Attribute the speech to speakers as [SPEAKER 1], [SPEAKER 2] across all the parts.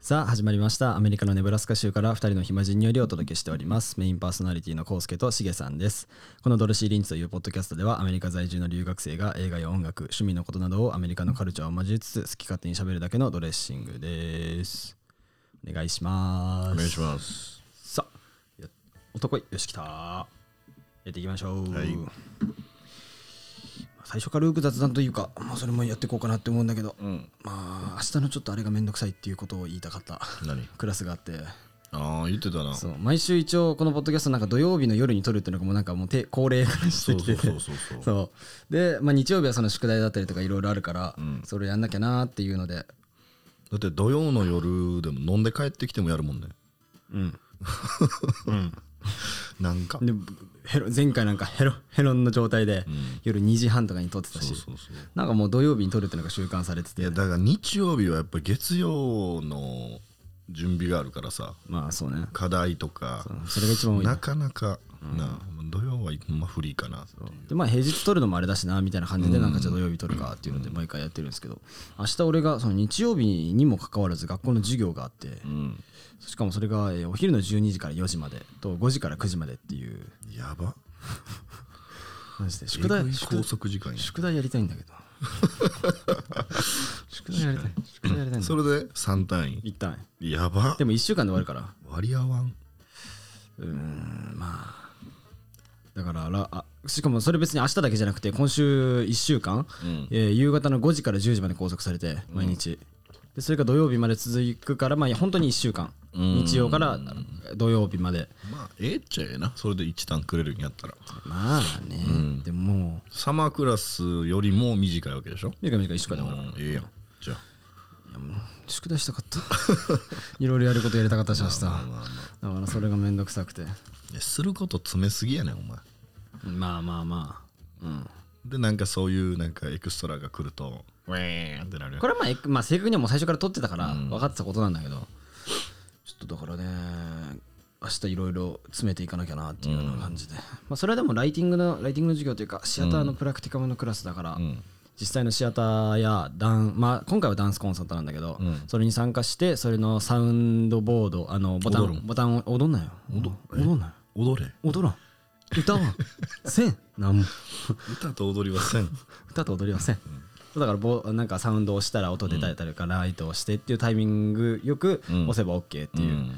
[SPEAKER 1] さあ始まりましたアメリカのネブラスカ州から2人の暇人によりお届けしておりますメインパーソナリティのコウスケとしげさんですこのドルシー・リンチというポッドキャストではアメリカ在住の留学生が映画や音楽趣味のことなどをアメリカのカルチャーを交えつつ好き勝手に喋るだけのドレッシングですお願いします
[SPEAKER 2] お願いします
[SPEAKER 1] さあや男いよしきたやっていきましょう、
[SPEAKER 2] はい
[SPEAKER 1] 最初からよく雑談というか、まあ、それもやっていこうかなって思うんだけど、
[SPEAKER 2] うん
[SPEAKER 1] まあ明日のちょっとあれがめんどくさいっていうことを言いたかった
[SPEAKER 2] 何
[SPEAKER 1] クラスがあって
[SPEAKER 2] ああ言ってたなそ
[SPEAKER 1] そうう毎週一応このポッドキャストなんか土曜日の夜に撮るっていうのがもうなんかもうて恒例化し
[SPEAKER 2] そ
[SPEAKER 1] て
[SPEAKER 2] う
[SPEAKER 1] き
[SPEAKER 2] そ
[SPEAKER 1] て
[SPEAKER 2] う
[SPEAKER 1] て
[SPEAKER 2] そうそう
[SPEAKER 1] そうで、まあ、日曜日はその宿題だったりとかいろいろあるから、
[SPEAKER 2] うん
[SPEAKER 1] それをやんなきゃなーっていうので
[SPEAKER 2] だって土曜の夜でも飲んで帰ってきてもやるもんね
[SPEAKER 1] うん
[SPEAKER 2] なんか
[SPEAKER 1] でヘロ前回なんかヘロヘロンの状態で
[SPEAKER 2] ん
[SPEAKER 1] 夜2時半とかに撮ってたし、
[SPEAKER 2] そうそうそう
[SPEAKER 1] なんかもう土曜日に撮るっていうのが習慣されて
[SPEAKER 2] い
[SPEAKER 1] て
[SPEAKER 2] やだから日曜日はやっぱ月曜の準備があるからさ
[SPEAKER 1] まあそうね
[SPEAKER 2] 課題とか
[SPEAKER 1] そうそれが一番多い
[SPEAKER 2] なかなかな土曜はほんまフリーかなっていう
[SPEAKER 1] でまあ平日撮るのもあれだしなみたいな感じでなんかじゃあ土曜日撮るかっていうので毎回やってるんですけど明日俺がその日曜日にもかかわらず学校の授業があって
[SPEAKER 2] うん
[SPEAKER 1] しかもそれがえーお昼の12時から4時までと5時から9時までっていう
[SPEAKER 2] やば
[SPEAKER 1] マジで宿
[SPEAKER 2] 宿
[SPEAKER 1] 題
[SPEAKER 2] 題
[SPEAKER 1] 宿
[SPEAKER 2] 拘
[SPEAKER 1] 題
[SPEAKER 2] 束時間や
[SPEAKER 1] 宿題やりたいんだけど 宿題やりたい 宿題やりたいんだ
[SPEAKER 2] それで3単
[SPEAKER 1] 一旦
[SPEAKER 2] 位やば
[SPEAKER 1] でも1週間で終わるから
[SPEAKER 2] 割り合わん
[SPEAKER 1] うーんまあだかららあしかもそれ別に明日だけじゃなくて今週1週間、
[SPEAKER 2] うん
[SPEAKER 1] えー夕方の5時から10時まで拘束されて毎日、でそれが土曜日まで続くからまあ本当に1週間
[SPEAKER 2] うん
[SPEAKER 1] 日曜から土曜日まで
[SPEAKER 2] まあええっちゃええなそれで1単くれるんやったら
[SPEAKER 1] まあね、でもも
[SPEAKER 2] サマークラスよりも短いわけでしょ
[SPEAKER 1] う短い短い1週間
[SPEAKER 2] う
[SPEAKER 1] だから、
[SPEAKER 2] んええやんじゃあ
[SPEAKER 1] 宿題したかった いろいろやることやりたかったし明日だ
[SPEAKER 2] まあまあ
[SPEAKER 1] からそれがめんどくさくて
[SPEAKER 2] いやすること詰めすぎやねんお前
[SPEAKER 1] まあまあまあうん
[SPEAKER 2] でなんかそういうなんかエクストラが来るとウェーンってなるやん
[SPEAKER 1] これはまあえ、まあ、正確にはもう最初から撮ってたから分かってたことなんだけど、ちょっとだからね明日いろいろ詰めていかなきゃなっていうような感じで、まあ、それはでもライティングのライティングの授業というかシアターのプラクティカムのクラスだから、
[SPEAKER 2] ん
[SPEAKER 1] 実際のシアターやダン、まあ、今回はダンスコンサートなんだけど、
[SPEAKER 2] ん
[SPEAKER 1] それに参加してそれのサウンドボードあのボタ
[SPEAKER 2] 踊る
[SPEAKER 1] ンボタンを踊んなよ踊踊んなよ
[SPEAKER 2] 踊れ
[SPEAKER 1] 踊らん歌はせんなんも
[SPEAKER 2] 歌と踊りはせん
[SPEAKER 1] 歌と踊りはせん、だからボなんかサウンドをしたら音出たりとか、ライトをしてっていうタイミングよく
[SPEAKER 2] うん
[SPEAKER 1] 押せば OK ってい
[SPEAKER 2] う
[SPEAKER 1] う、
[SPEAKER 2] ん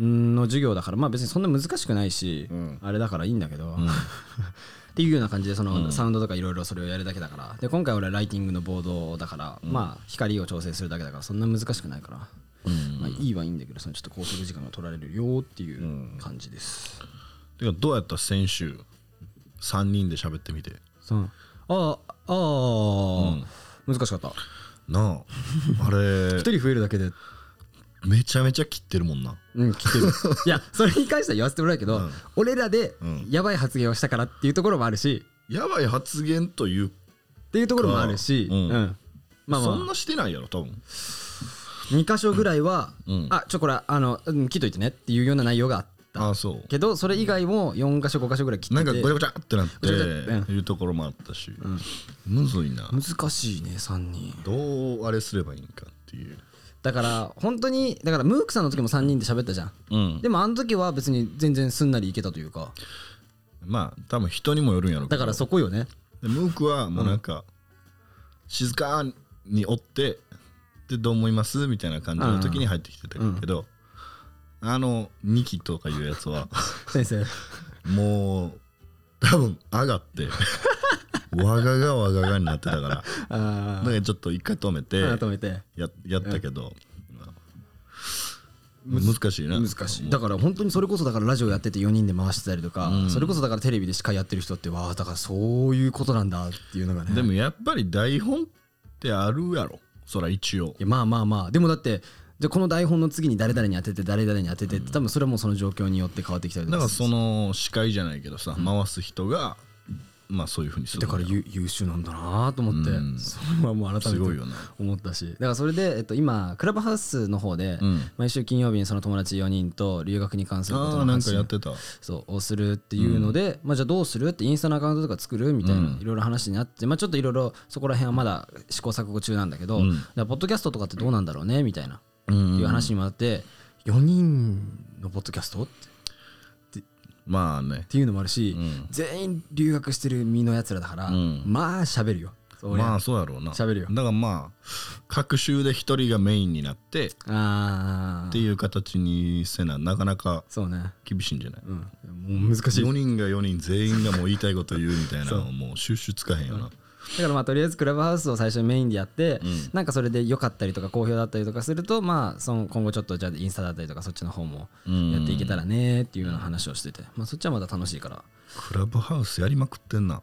[SPEAKER 1] うんの授業だからまあ別にそんな難しくないし、
[SPEAKER 2] うん
[SPEAKER 1] あれだからいいんだけど、 っていうような感じでそのサウンドとかいろいろそれをやるだけだからで今回俺はライティングのボードだから、まあ光を調整するだけだからそんな難しくないから、
[SPEAKER 2] うん
[SPEAKER 1] まあいいはいいんだけどそのちょっと拘束時間が取られるよっていう感じです、
[SPEAKER 2] てかどうやった先週3人で喋ってみて
[SPEAKER 1] そうああああ、難しかった
[SPEAKER 2] な ああれ
[SPEAKER 1] 一人増えるだけで
[SPEAKER 2] めちゃめちゃ切ってるもんな
[SPEAKER 1] うん、来てる。い や、それに関しては言わせてもらうけど、俺らで
[SPEAKER 2] うん
[SPEAKER 1] やばい発言をしたからっていうところもあるし、
[SPEAKER 2] やばい発言という
[SPEAKER 1] っていうところもあるし、
[SPEAKER 2] う
[SPEAKER 1] うんん。まあ
[SPEAKER 2] そん
[SPEAKER 1] まあ、
[SPEAKER 2] なしてないやろ多分
[SPEAKER 1] 2箇所ぐらいは、
[SPEAKER 2] うん
[SPEAKER 1] あ、ちょ、これ、あの、うん、切っといてねっていうような内容があった。
[SPEAKER 2] ああそう
[SPEAKER 1] けど、それ以外も4箇所、5箇所ぐらい切って
[SPEAKER 2] なんか
[SPEAKER 1] て
[SPEAKER 2] ごちゃごちゃってなっ
[SPEAKER 1] ごちゃごちゃ
[SPEAKER 2] て
[SPEAKER 1] う
[SPEAKER 2] いうところもあったし、むずいな
[SPEAKER 1] 難しいね、3人。
[SPEAKER 2] どうあれすればいいんかっていう
[SPEAKER 1] だから、本当に、だから、ムークさんの時も3人で喋ったじゃん。
[SPEAKER 2] うん
[SPEAKER 1] でも、あの時は別に全然すんなりいけたというか、
[SPEAKER 2] まあ多分人にもよるんやろうけ
[SPEAKER 1] だ
[SPEAKER 2] ど
[SPEAKER 1] からそこよね。
[SPEAKER 2] でムークはもうなんか、静かに追ってでどう思いますみたいな感じの時に入ってきてたけど、あの2期とかいうやつ は
[SPEAKER 1] 先生。
[SPEAKER 2] もう多分上がってわががわががになってたからだか
[SPEAKER 1] あ
[SPEAKER 2] らちょっと一回止めて
[SPEAKER 1] あ、改めて。
[SPEAKER 2] ややったけど、まあ難しいな
[SPEAKER 1] 難しいだから本当にそれこそだからラジオやってて4人で回してたりとか、それこそだからテレビで司会やってる人ってわあだからそういうことなんだっていうのがね
[SPEAKER 2] で
[SPEAKER 1] い
[SPEAKER 2] もやっぱり台本ってあるやろそら一応
[SPEAKER 1] やまあまあまあでもだってじゃあこの台本の次に誰々に当てて誰々に当ててって多分それはもうその状況によって変わってきたりと
[SPEAKER 2] だか
[SPEAKER 1] か
[SPEAKER 2] ら
[SPEAKER 1] する
[SPEAKER 2] その司会じゃないけどさ、回す人がまあそういうふうにする
[SPEAKER 1] だから
[SPEAKER 2] う
[SPEAKER 1] 優優秀なんだなと思って
[SPEAKER 2] うん
[SPEAKER 1] それはもう改
[SPEAKER 2] す
[SPEAKER 1] め
[SPEAKER 2] ごい
[SPEAKER 1] て
[SPEAKER 2] よな、
[SPEAKER 1] 思ったしだからそれで、えっと、今クラブハウスの方で
[SPEAKER 2] うん、
[SPEAKER 1] 毎週金曜日にその友達4人と留学に関するこ
[SPEAKER 2] あ
[SPEAKER 1] と
[SPEAKER 2] あ
[SPEAKER 1] の
[SPEAKER 2] なん
[SPEAKER 1] 話
[SPEAKER 2] かやってた
[SPEAKER 1] そうをするっていうので、まあ、じゃあどうするってインスタのアカウントとか作るみたいな
[SPEAKER 2] うん
[SPEAKER 1] いろいろ話になって、まあ、ちょっといろいろそこら辺はまだ試行錯誤中なんだけど、
[SPEAKER 2] うん
[SPEAKER 1] だからポッドキャストとかってどうなんだろうねみたいな
[SPEAKER 2] うん
[SPEAKER 1] いう話にもなって、4人のポッドキャストってっ
[SPEAKER 2] まあね
[SPEAKER 1] ていうのもあるし、
[SPEAKER 2] うん
[SPEAKER 1] 全員留学してる身のやつらだから、
[SPEAKER 2] うん
[SPEAKER 1] まあ喋るよ。そう俺
[SPEAKER 2] まあそうやろうな
[SPEAKER 1] 喋るよ
[SPEAKER 2] だからまあ各週で一人がメインになってっ
[SPEAKER 1] あ
[SPEAKER 2] て
[SPEAKER 1] ー
[SPEAKER 2] いう形にせななかなか
[SPEAKER 1] そうね、
[SPEAKER 2] 厳しいんじゃない
[SPEAKER 1] うん、もう難しい
[SPEAKER 2] 4人が4人全員がもう言いたいこと言うみたいなのはもう収集つかへんよな
[SPEAKER 1] だからまあとりあえずクラブハウスを最初にメインでやって、
[SPEAKER 2] うん
[SPEAKER 1] なんかそれで良かったりとか好評だったりとかするとまあその今後ちょっとじゃあインスタだったりとかそっちの方もやっていけたらねっていうような話をしてて、まあ、そっちはまだ楽しいから
[SPEAKER 2] クラブハウスやりまくってんな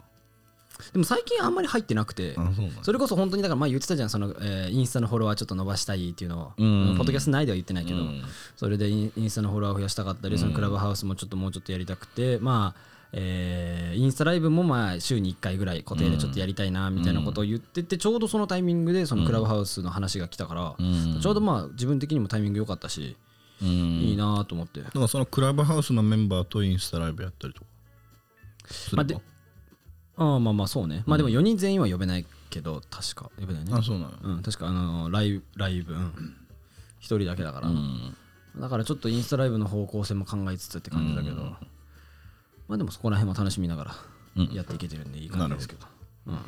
[SPEAKER 1] でも最近あんまり入ってなくて
[SPEAKER 2] あそうなんや
[SPEAKER 1] それこそ本当にだから前言ってたじゃんその、えーインスタのフォロワーちょっと伸ばしたいっていうのを、
[SPEAKER 2] うん
[SPEAKER 1] ポッドキャスト内では言ってないけど、
[SPEAKER 2] うん
[SPEAKER 1] それでインインスタのフォロワーを増やしたかったり、そのクラブハウスもちょっともうちょっとやりたくてまあえーインスタライブもまあ週に1回ぐらい固定でちょっとやりたいなみたいなことを言っててちょうどそのタイミングでそのクラブハウスの話が来たから、
[SPEAKER 2] うん
[SPEAKER 1] ちょうどまあ自分的にもタイミング良かったし、
[SPEAKER 2] うん
[SPEAKER 1] いいなと思って、
[SPEAKER 2] だからそのクラブハウスのメンバーとインスタライブやったりとかすれば
[SPEAKER 1] まあでああまあまあそうねまあでも4人全員は呼べないけど確か呼べないね
[SPEAKER 2] あそうなの
[SPEAKER 1] うん、確かあのライブライブ、うん、1人だけだから、
[SPEAKER 2] うん
[SPEAKER 1] だからちょっとインスタライブの方向性も考えつつって感じだけど、まあでもそこら辺も楽しみなが
[SPEAKER 2] う
[SPEAKER 1] ら
[SPEAKER 2] ん
[SPEAKER 1] やっていけてるんでいい感じですけど,、うん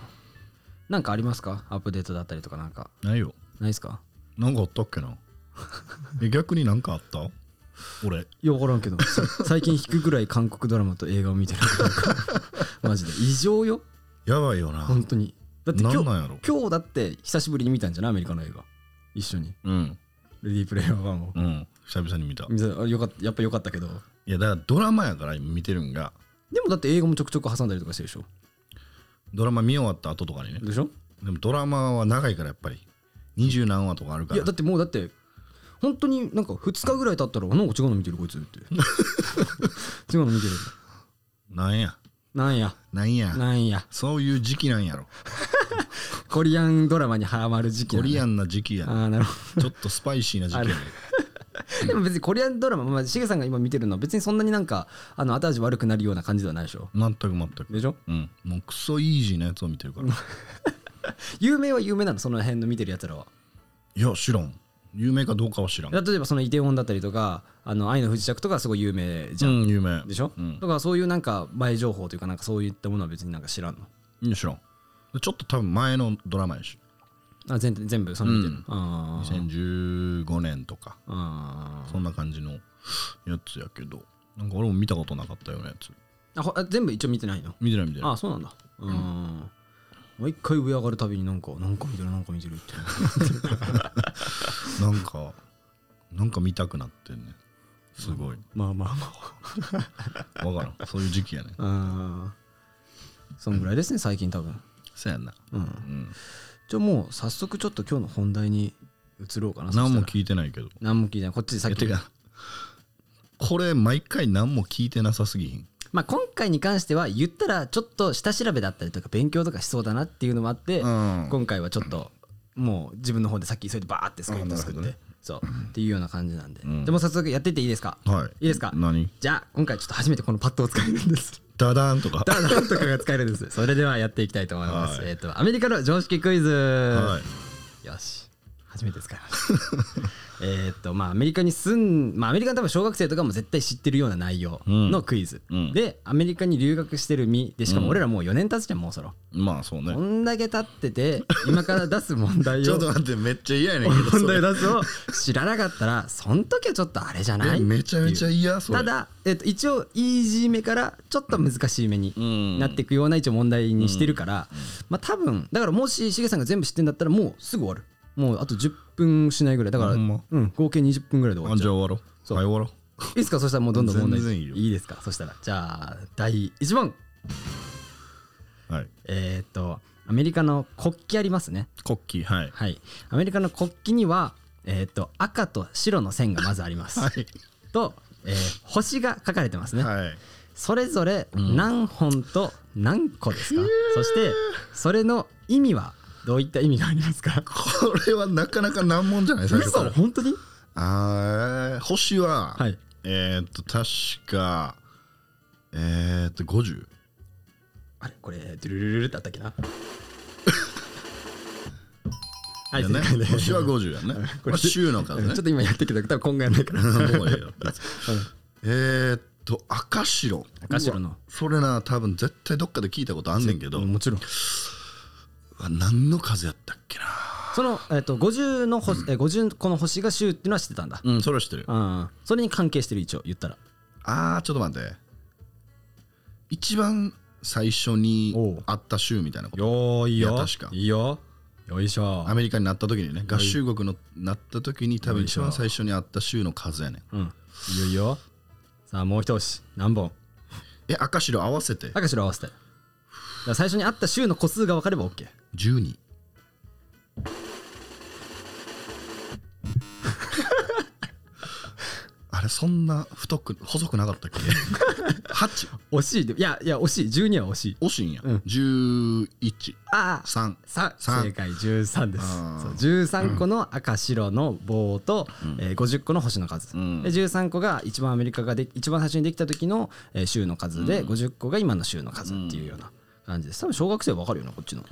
[SPEAKER 1] なんかありますかアップデートだったりとかなんか
[SPEAKER 2] ないよ
[SPEAKER 1] ないですか
[SPEAKER 2] なんかあったっけなえ逆になんかあった俺
[SPEAKER 1] いや分からんけど さ最近引くぐらい韓国ドラマと映画を 見てるマジで異常よ
[SPEAKER 2] やばいよな
[SPEAKER 1] 本当にだって今
[SPEAKER 2] なん
[SPEAKER 1] 日
[SPEAKER 2] なんやろ
[SPEAKER 1] 今日だって久しぶりに見たんじゃないアメリカの映画一緒に
[SPEAKER 2] うん
[SPEAKER 1] レディープレイヤー1を
[SPEAKER 2] うん久々に見た
[SPEAKER 1] 見たあよかったやっぱよかったけど
[SPEAKER 2] いやだからドラマやから今見てるんが
[SPEAKER 1] でもだって映画もちょくちょく挟んだりとかしてるでしょ
[SPEAKER 2] ドラマ見終わった後とかにね
[SPEAKER 1] でしょ
[SPEAKER 2] でもドラマは長いからやっぱり二十何話とかあるか
[SPEAKER 1] いや
[SPEAKER 2] ら
[SPEAKER 1] だってもうだって本当になんか2日ぐらい経ったらあなんか違うの見てるこいつっ て違うの見てる
[SPEAKER 2] なんや
[SPEAKER 1] なんや
[SPEAKER 2] なんや
[SPEAKER 1] なんや
[SPEAKER 2] そういう時期なんやろ
[SPEAKER 1] コリアンドラマにハマる時期
[SPEAKER 2] コ
[SPEAKER 1] だね
[SPEAKER 2] リアンな時期や
[SPEAKER 1] ああなるほ
[SPEAKER 2] ちょっとスパイシーな時期やね
[SPEAKER 1] どでも別にコリアンドラマまあシゲさんが今見てるのは別にそんなになんかあの後味悪くなるような感じではないでしょ
[SPEAKER 2] 全く全く
[SPEAKER 1] でしょ
[SPEAKER 2] うんもうクソイージーなやつを見てる から
[SPEAKER 1] 有名は有名なのその辺の見てるやつらはい
[SPEAKER 2] や知らん有名かどうかは知らん
[SPEAKER 1] 例えばそのイテウォンだったりとかあの愛の不時着とかすごい有名じゃん、
[SPEAKER 2] うん有名
[SPEAKER 1] でしょ、
[SPEAKER 2] うん
[SPEAKER 1] だからそういうなんか前情報というかなんかそういったものは別になんか知らんの
[SPEAKER 2] いや知らんちょっと多分前のドラマやし
[SPEAKER 1] あ全全部その見てる、
[SPEAKER 2] うん
[SPEAKER 1] あー
[SPEAKER 2] 2015年とか
[SPEAKER 1] あー
[SPEAKER 2] そんな感じのやつやけどなんか俺も見たことなかったようなやつ
[SPEAKER 1] あほあ全部一応見てないの
[SPEAKER 2] 見てない見てない
[SPEAKER 1] あそうなんだうーん毎回上上がるたびになんかなんか見てるなんか見てるって
[SPEAKER 2] なんかなんか見たくなってんねすごい
[SPEAKER 1] まあまあまあ
[SPEAKER 2] わからんそういう時期やね
[SPEAKER 1] あーそんぐらいですね最近多分
[SPEAKER 2] そやんな
[SPEAKER 1] うん
[SPEAKER 2] うん
[SPEAKER 1] じゃあもう早速ちょっと今日の本題に移ろうかな
[SPEAKER 2] 何も
[SPEAKER 1] そしたら
[SPEAKER 2] 聞いてないけど
[SPEAKER 1] 何も聞いてないこっちでさっ
[SPEAKER 2] え
[SPEAKER 1] き
[SPEAKER 2] てかこれ毎回何も聞いてなさすぎひん
[SPEAKER 1] まあ今回に関しては言ったらちょっと下調べだったりとか勉強とかしそうだなっていうのもあって、
[SPEAKER 2] うん
[SPEAKER 1] 今回はちょっともう自分の方でさっき急いでバーってスクリプト作って、
[SPEAKER 2] あなる
[SPEAKER 1] そうっていうような感じなんで、
[SPEAKER 2] ん
[SPEAKER 1] でも早速やっていっていいですか、
[SPEAKER 2] はい
[SPEAKER 1] いいですか
[SPEAKER 2] 何
[SPEAKER 1] じゃあ今回ちょっと初めてこのパッドを使える んです。
[SPEAKER 2] ダダーンとか
[SPEAKER 1] ダーなんとかが使えるんです。それではやっていきたいと思います。
[SPEAKER 2] はい
[SPEAKER 1] えっ、とアメリカの常識クイズ。
[SPEAKER 2] はい
[SPEAKER 1] よし初めて使いました えーっとまあアメリカに住んまあアメリカの多分小学生とかも絶対知ってるような内容のクイズ、
[SPEAKER 2] うん
[SPEAKER 1] でアメリカに留学してる身でしかも俺らもう4年経つじゃんもうそろ、
[SPEAKER 2] まあそうね
[SPEAKER 1] こんだけ経ってて今から出す問題 を
[SPEAKER 2] ちょっと待ってめっちゃ嫌やねんけど
[SPEAKER 1] 問
[SPEAKER 2] そ
[SPEAKER 1] 題
[SPEAKER 2] れ
[SPEAKER 1] 出すを知らなかったらそん時はちょっとあれじゃない
[SPEAKER 2] えめちゃめちゃ嫌それ
[SPEAKER 1] ただ、えっと、一応イージーめからちょっと難しいめに
[SPEAKER 2] うん
[SPEAKER 1] なっていくような一応問題にしてるから、まあ多分だからもししげさんが全部知ってんだったらもうすぐ終わるもうあと10分しないぐらいだから、
[SPEAKER 2] ほんま
[SPEAKER 1] うん、合計20分ぐらいで終わ
[SPEAKER 2] あ
[SPEAKER 1] っち
[SPEAKER 2] じゃ
[SPEAKER 1] ゃ
[SPEAKER 2] あ
[SPEAKER 1] う
[SPEAKER 2] 終わろう
[SPEAKER 1] そう
[SPEAKER 2] はい終わろう
[SPEAKER 1] いいですかそしたらもうどんどん問題
[SPEAKER 2] 全然いいよ
[SPEAKER 1] ですかそしたらじゃあ第1問
[SPEAKER 2] はい。
[SPEAKER 1] えーっとアメリカの国旗ありますね
[SPEAKER 2] 国旗、はい。
[SPEAKER 1] はいアメリカの国旗にはえーっと赤と白の線がまずあります、
[SPEAKER 2] はい。
[SPEAKER 1] と、えー星が書かれてますね、
[SPEAKER 2] はい。
[SPEAKER 1] それぞれ
[SPEAKER 2] うん
[SPEAKER 1] 何本と何個ですか、そしてそれの意味はどういった意味がありますか
[SPEAKER 2] これはなかなか難問じゃない最初か
[SPEAKER 1] 嘘
[SPEAKER 2] ら
[SPEAKER 1] 本当に
[SPEAKER 2] あー星は、
[SPEAKER 1] はい
[SPEAKER 2] えーっと確かえーっと 50?
[SPEAKER 1] あれこれドゥルルルルってあったっけな はい
[SPEAKER 2] やね
[SPEAKER 1] 正解です
[SPEAKER 2] 星は50やね
[SPEAKER 1] これ
[SPEAKER 2] まあ週の数
[SPEAKER 1] うん
[SPEAKER 2] ね
[SPEAKER 1] ちょっと今やったけど多分今回やんないから
[SPEAKER 2] もうええ よ別にえーっと赤白
[SPEAKER 1] 赤白の
[SPEAKER 2] うわそれな多分絶対どっかで聞いたことあんねんけど
[SPEAKER 1] もちろん
[SPEAKER 2] うわ何の数やったっけな
[SPEAKER 1] その、えっと50の星、え50個の星が週っていうのは知ってたんだ、
[SPEAKER 2] うんそれは知ってる
[SPEAKER 1] うん、それに関係してる一応言ったら
[SPEAKER 2] あーちょっと待って一番最初
[SPEAKER 1] お
[SPEAKER 2] に
[SPEAKER 1] う
[SPEAKER 2] あった州みたいなこと
[SPEAKER 1] よーい
[SPEAKER 2] い
[SPEAKER 1] よ
[SPEAKER 2] や確か
[SPEAKER 1] いいよよいしょ
[SPEAKER 2] アメリカになった時にね合衆国のなった時に多分一番最初にあった州の数やねん
[SPEAKER 1] うんいいよいいよさあもう一押し何本
[SPEAKER 2] え赤白合わせて
[SPEAKER 1] 赤白合わせてだから最初にあった週の個数が分かれば OK
[SPEAKER 2] 12あれそんな太く細くなかった っけ8
[SPEAKER 1] 惜しいでいやいや惜しい12は惜しい
[SPEAKER 2] 惜しいんや、
[SPEAKER 1] うん
[SPEAKER 2] 11
[SPEAKER 1] ああ
[SPEAKER 2] 3
[SPEAKER 1] さ
[SPEAKER 2] 三
[SPEAKER 1] 正解13です
[SPEAKER 2] あー
[SPEAKER 1] そう13個の赤白の棒と、えー50個の星の数、
[SPEAKER 2] うん
[SPEAKER 1] で13個が一番アメリカがで一番最初にできた時の、えー州の数で、50個が今の州の数っていうような感じです多分小学生は分かるよなこっちの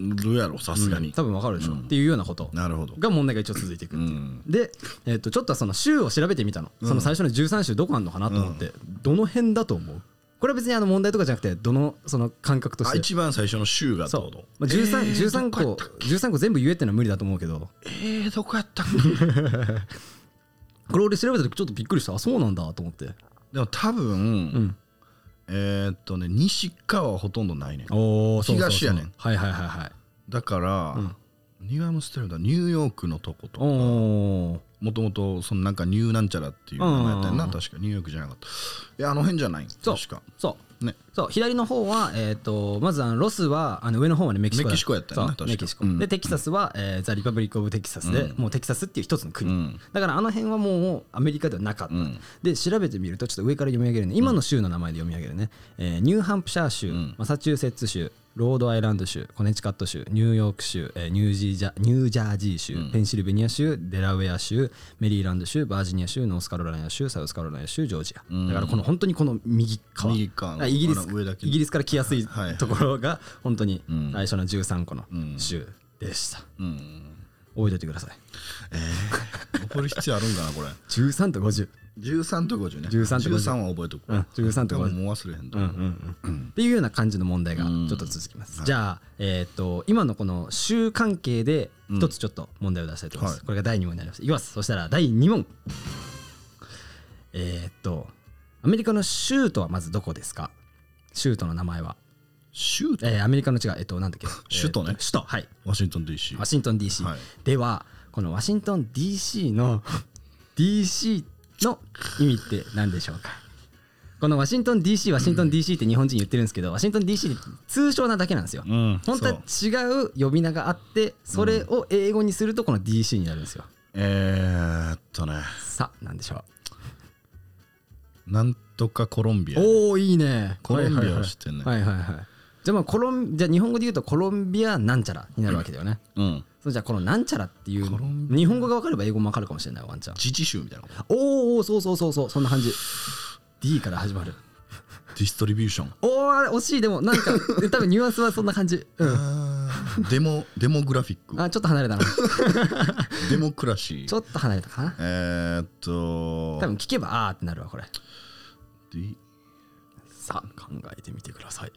[SPEAKER 2] どうやろさすがに、
[SPEAKER 1] 多分分かるでしょ、っていうようなこと
[SPEAKER 2] なるほど
[SPEAKER 1] が問題が一応続いていくっていう、
[SPEAKER 2] うん
[SPEAKER 1] で、えー、とちょっとその州を調べてみたの、その最初の13州どこあんのかなと思って、どの辺だと思うこれは別にあの問題とかじゃなくてどのその感覚とし
[SPEAKER 2] あ
[SPEAKER 1] て
[SPEAKER 2] 一番最初の週がって
[SPEAKER 1] そ
[SPEAKER 2] こ
[SPEAKER 1] う
[SPEAKER 2] と、
[SPEAKER 1] まあ、13, 13個13個全部言えってのは無理だと思うけど
[SPEAKER 2] えー、どこやったっけ
[SPEAKER 1] これ俺調べた時ちょっとびっくりしたあそうなんだと思って
[SPEAKER 2] でも多分、
[SPEAKER 1] うん
[SPEAKER 2] えー、っとね西側はほとんどないねん
[SPEAKER 1] おーそうそうそう
[SPEAKER 2] 東やねん
[SPEAKER 1] はいはいはいはい
[SPEAKER 2] だから、
[SPEAKER 1] うん
[SPEAKER 2] ニューアムステルダムニューヨークのとことか
[SPEAKER 1] おー
[SPEAKER 2] もともとそのなんかニューなんちゃらっていう名前やったよな、
[SPEAKER 1] うん
[SPEAKER 2] 確かニューヨークじゃなかったいやあの辺じゃない
[SPEAKER 1] そう
[SPEAKER 2] 確か
[SPEAKER 1] そう
[SPEAKER 2] ね
[SPEAKER 1] そう左の方は、えー、とまずあのロスはあの上の方はねメキシコ
[SPEAKER 2] メキシコやったよね
[SPEAKER 1] そ
[SPEAKER 2] 確か
[SPEAKER 1] うメキシコ、
[SPEAKER 2] うん
[SPEAKER 1] でテキサスは、えーザ・リパブリック・オブ・テキサスで、
[SPEAKER 2] うん
[SPEAKER 1] もうテキサスっていう一つの
[SPEAKER 2] う
[SPEAKER 1] 国、
[SPEAKER 2] ん
[SPEAKER 1] だからあの辺はもうアメリカではなかった、
[SPEAKER 2] うん
[SPEAKER 1] で調べてみるとちょっと上から読み上げるね今の州の名前で読み上げるね、えーニューハンプシャー州、
[SPEAKER 2] ん
[SPEAKER 1] マサチューセッツ州ロードアイランド州コネチカット州ニューヨーク州、えーニュージージャニュージャージー州、ペンシルベニア州デラウェア州メリーランド州バージニア州ノースカロライナ州サウスカロライナ州ジョージア、だからこの本当にこの右側
[SPEAKER 2] 右側の
[SPEAKER 1] あイギリス
[SPEAKER 2] あの上だけ
[SPEAKER 1] イギリスから来やすい
[SPEAKER 2] はい
[SPEAKER 1] ところが本当に
[SPEAKER 2] うん
[SPEAKER 1] 最初の13個の
[SPEAKER 2] うん
[SPEAKER 1] 州でした、
[SPEAKER 2] うん
[SPEAKER 1] 覚えておいてください
[SPEAKER 2] えー、覚える必要あるんかなこ れ
[SPEAKER 1] 13と50
[SPEAKER 2] 13と50ね
[SPEAKER 1] 13と50
[SPEAKER 2] 13は覚えとく、
[SPEAKER 1] うん13と
[SPEAKER 2] 多
[SPEAKER 1] 50
[SPEAKER 2] 分もう忘れへんと
[SPEAKER 1] うん
[SPEAKER 2] 思う、
[SPEAKER 1] うんうんっていうような感じの問題がちょっと続きます。じゃあ、えー、と今のこの週関係で一つちょっと問題を出したいと思います。
[SPEAKER 2] はい
[SPEAKER 1] これが第2問になります。いきます。そしたら第2問。えーっとアメリカの州都はまずどこですか州都の名前は。
[SPEAKER 2] シュート
[SPEAKER 1] えーアメリカの違う、えっと、なんだっけ
[SPEAKER 2] 首都ね
[SPEAKER 1] えーっと首都、はい。
[SPEAKER 2] ワシントン DC
[SPEAKER 1] ワシントン DC。
[SPEAKER 2] はい
[SPEAKER 1] では、このワシントン DC の DC の意味って何でしょうかこのワシントン DC、ワシントン DC って日本人言ってるんですけど、ワシントン DC って通称なだけなんですよ。
[SPEAKER 2] うん
[SPEAKER 1] 本当は
[SPEAKER 2] そう
[SPEAKER 1] 違う呼び名があって、それを英語にするとこの DC になるんですよ。
[SPEAKER 2] えー、っとね
[SPEAKER 1] さあ、なんでしょ
[SPEAKER 2] なんとかコロンビア
[SPEAKER 1] う。おお、いいね。
[SPEAKER 2] コロンビアを知ってんね
[SPEAKER 1] はいはいはい。はいはいはいじゃあまあコロンじゃあ日本語で言うとコロンビアなんちゃらになるわけだよね。
[SPEAKER 2] うん
[SPEAKER 1] そうじゃあこのなんちゃらっていう
[SPEAKER 2] コロン
[SPEAKER 1] 日本語が分かれば英語も分かるかもしれないワンちゃん。
[SPEAKER 2] 自治州みたいなこと
[SPEAKER 1] おーおーそうそうそうそうそんな感じ D から始まる
[SPEAKER 2] ディストリビューション
[SPEAKER 1] おお惜しいでもなん か多分ニュアンスはそんな感じ、うん、
[SPEAKER 2] あーデモデモグラフィック
[SPEAKER 1] あちょっと離れたなち
[SPEAKER 2] デモクラシー
[SPEAKER 1] ょっと離れたかな
[SPEAKER 2] えー、っと
[SPEAKER 1] 多分聞けばあーってなるわこれ
[SPEAKER 2] D
[SPEAKER 1] さあ考えてみてください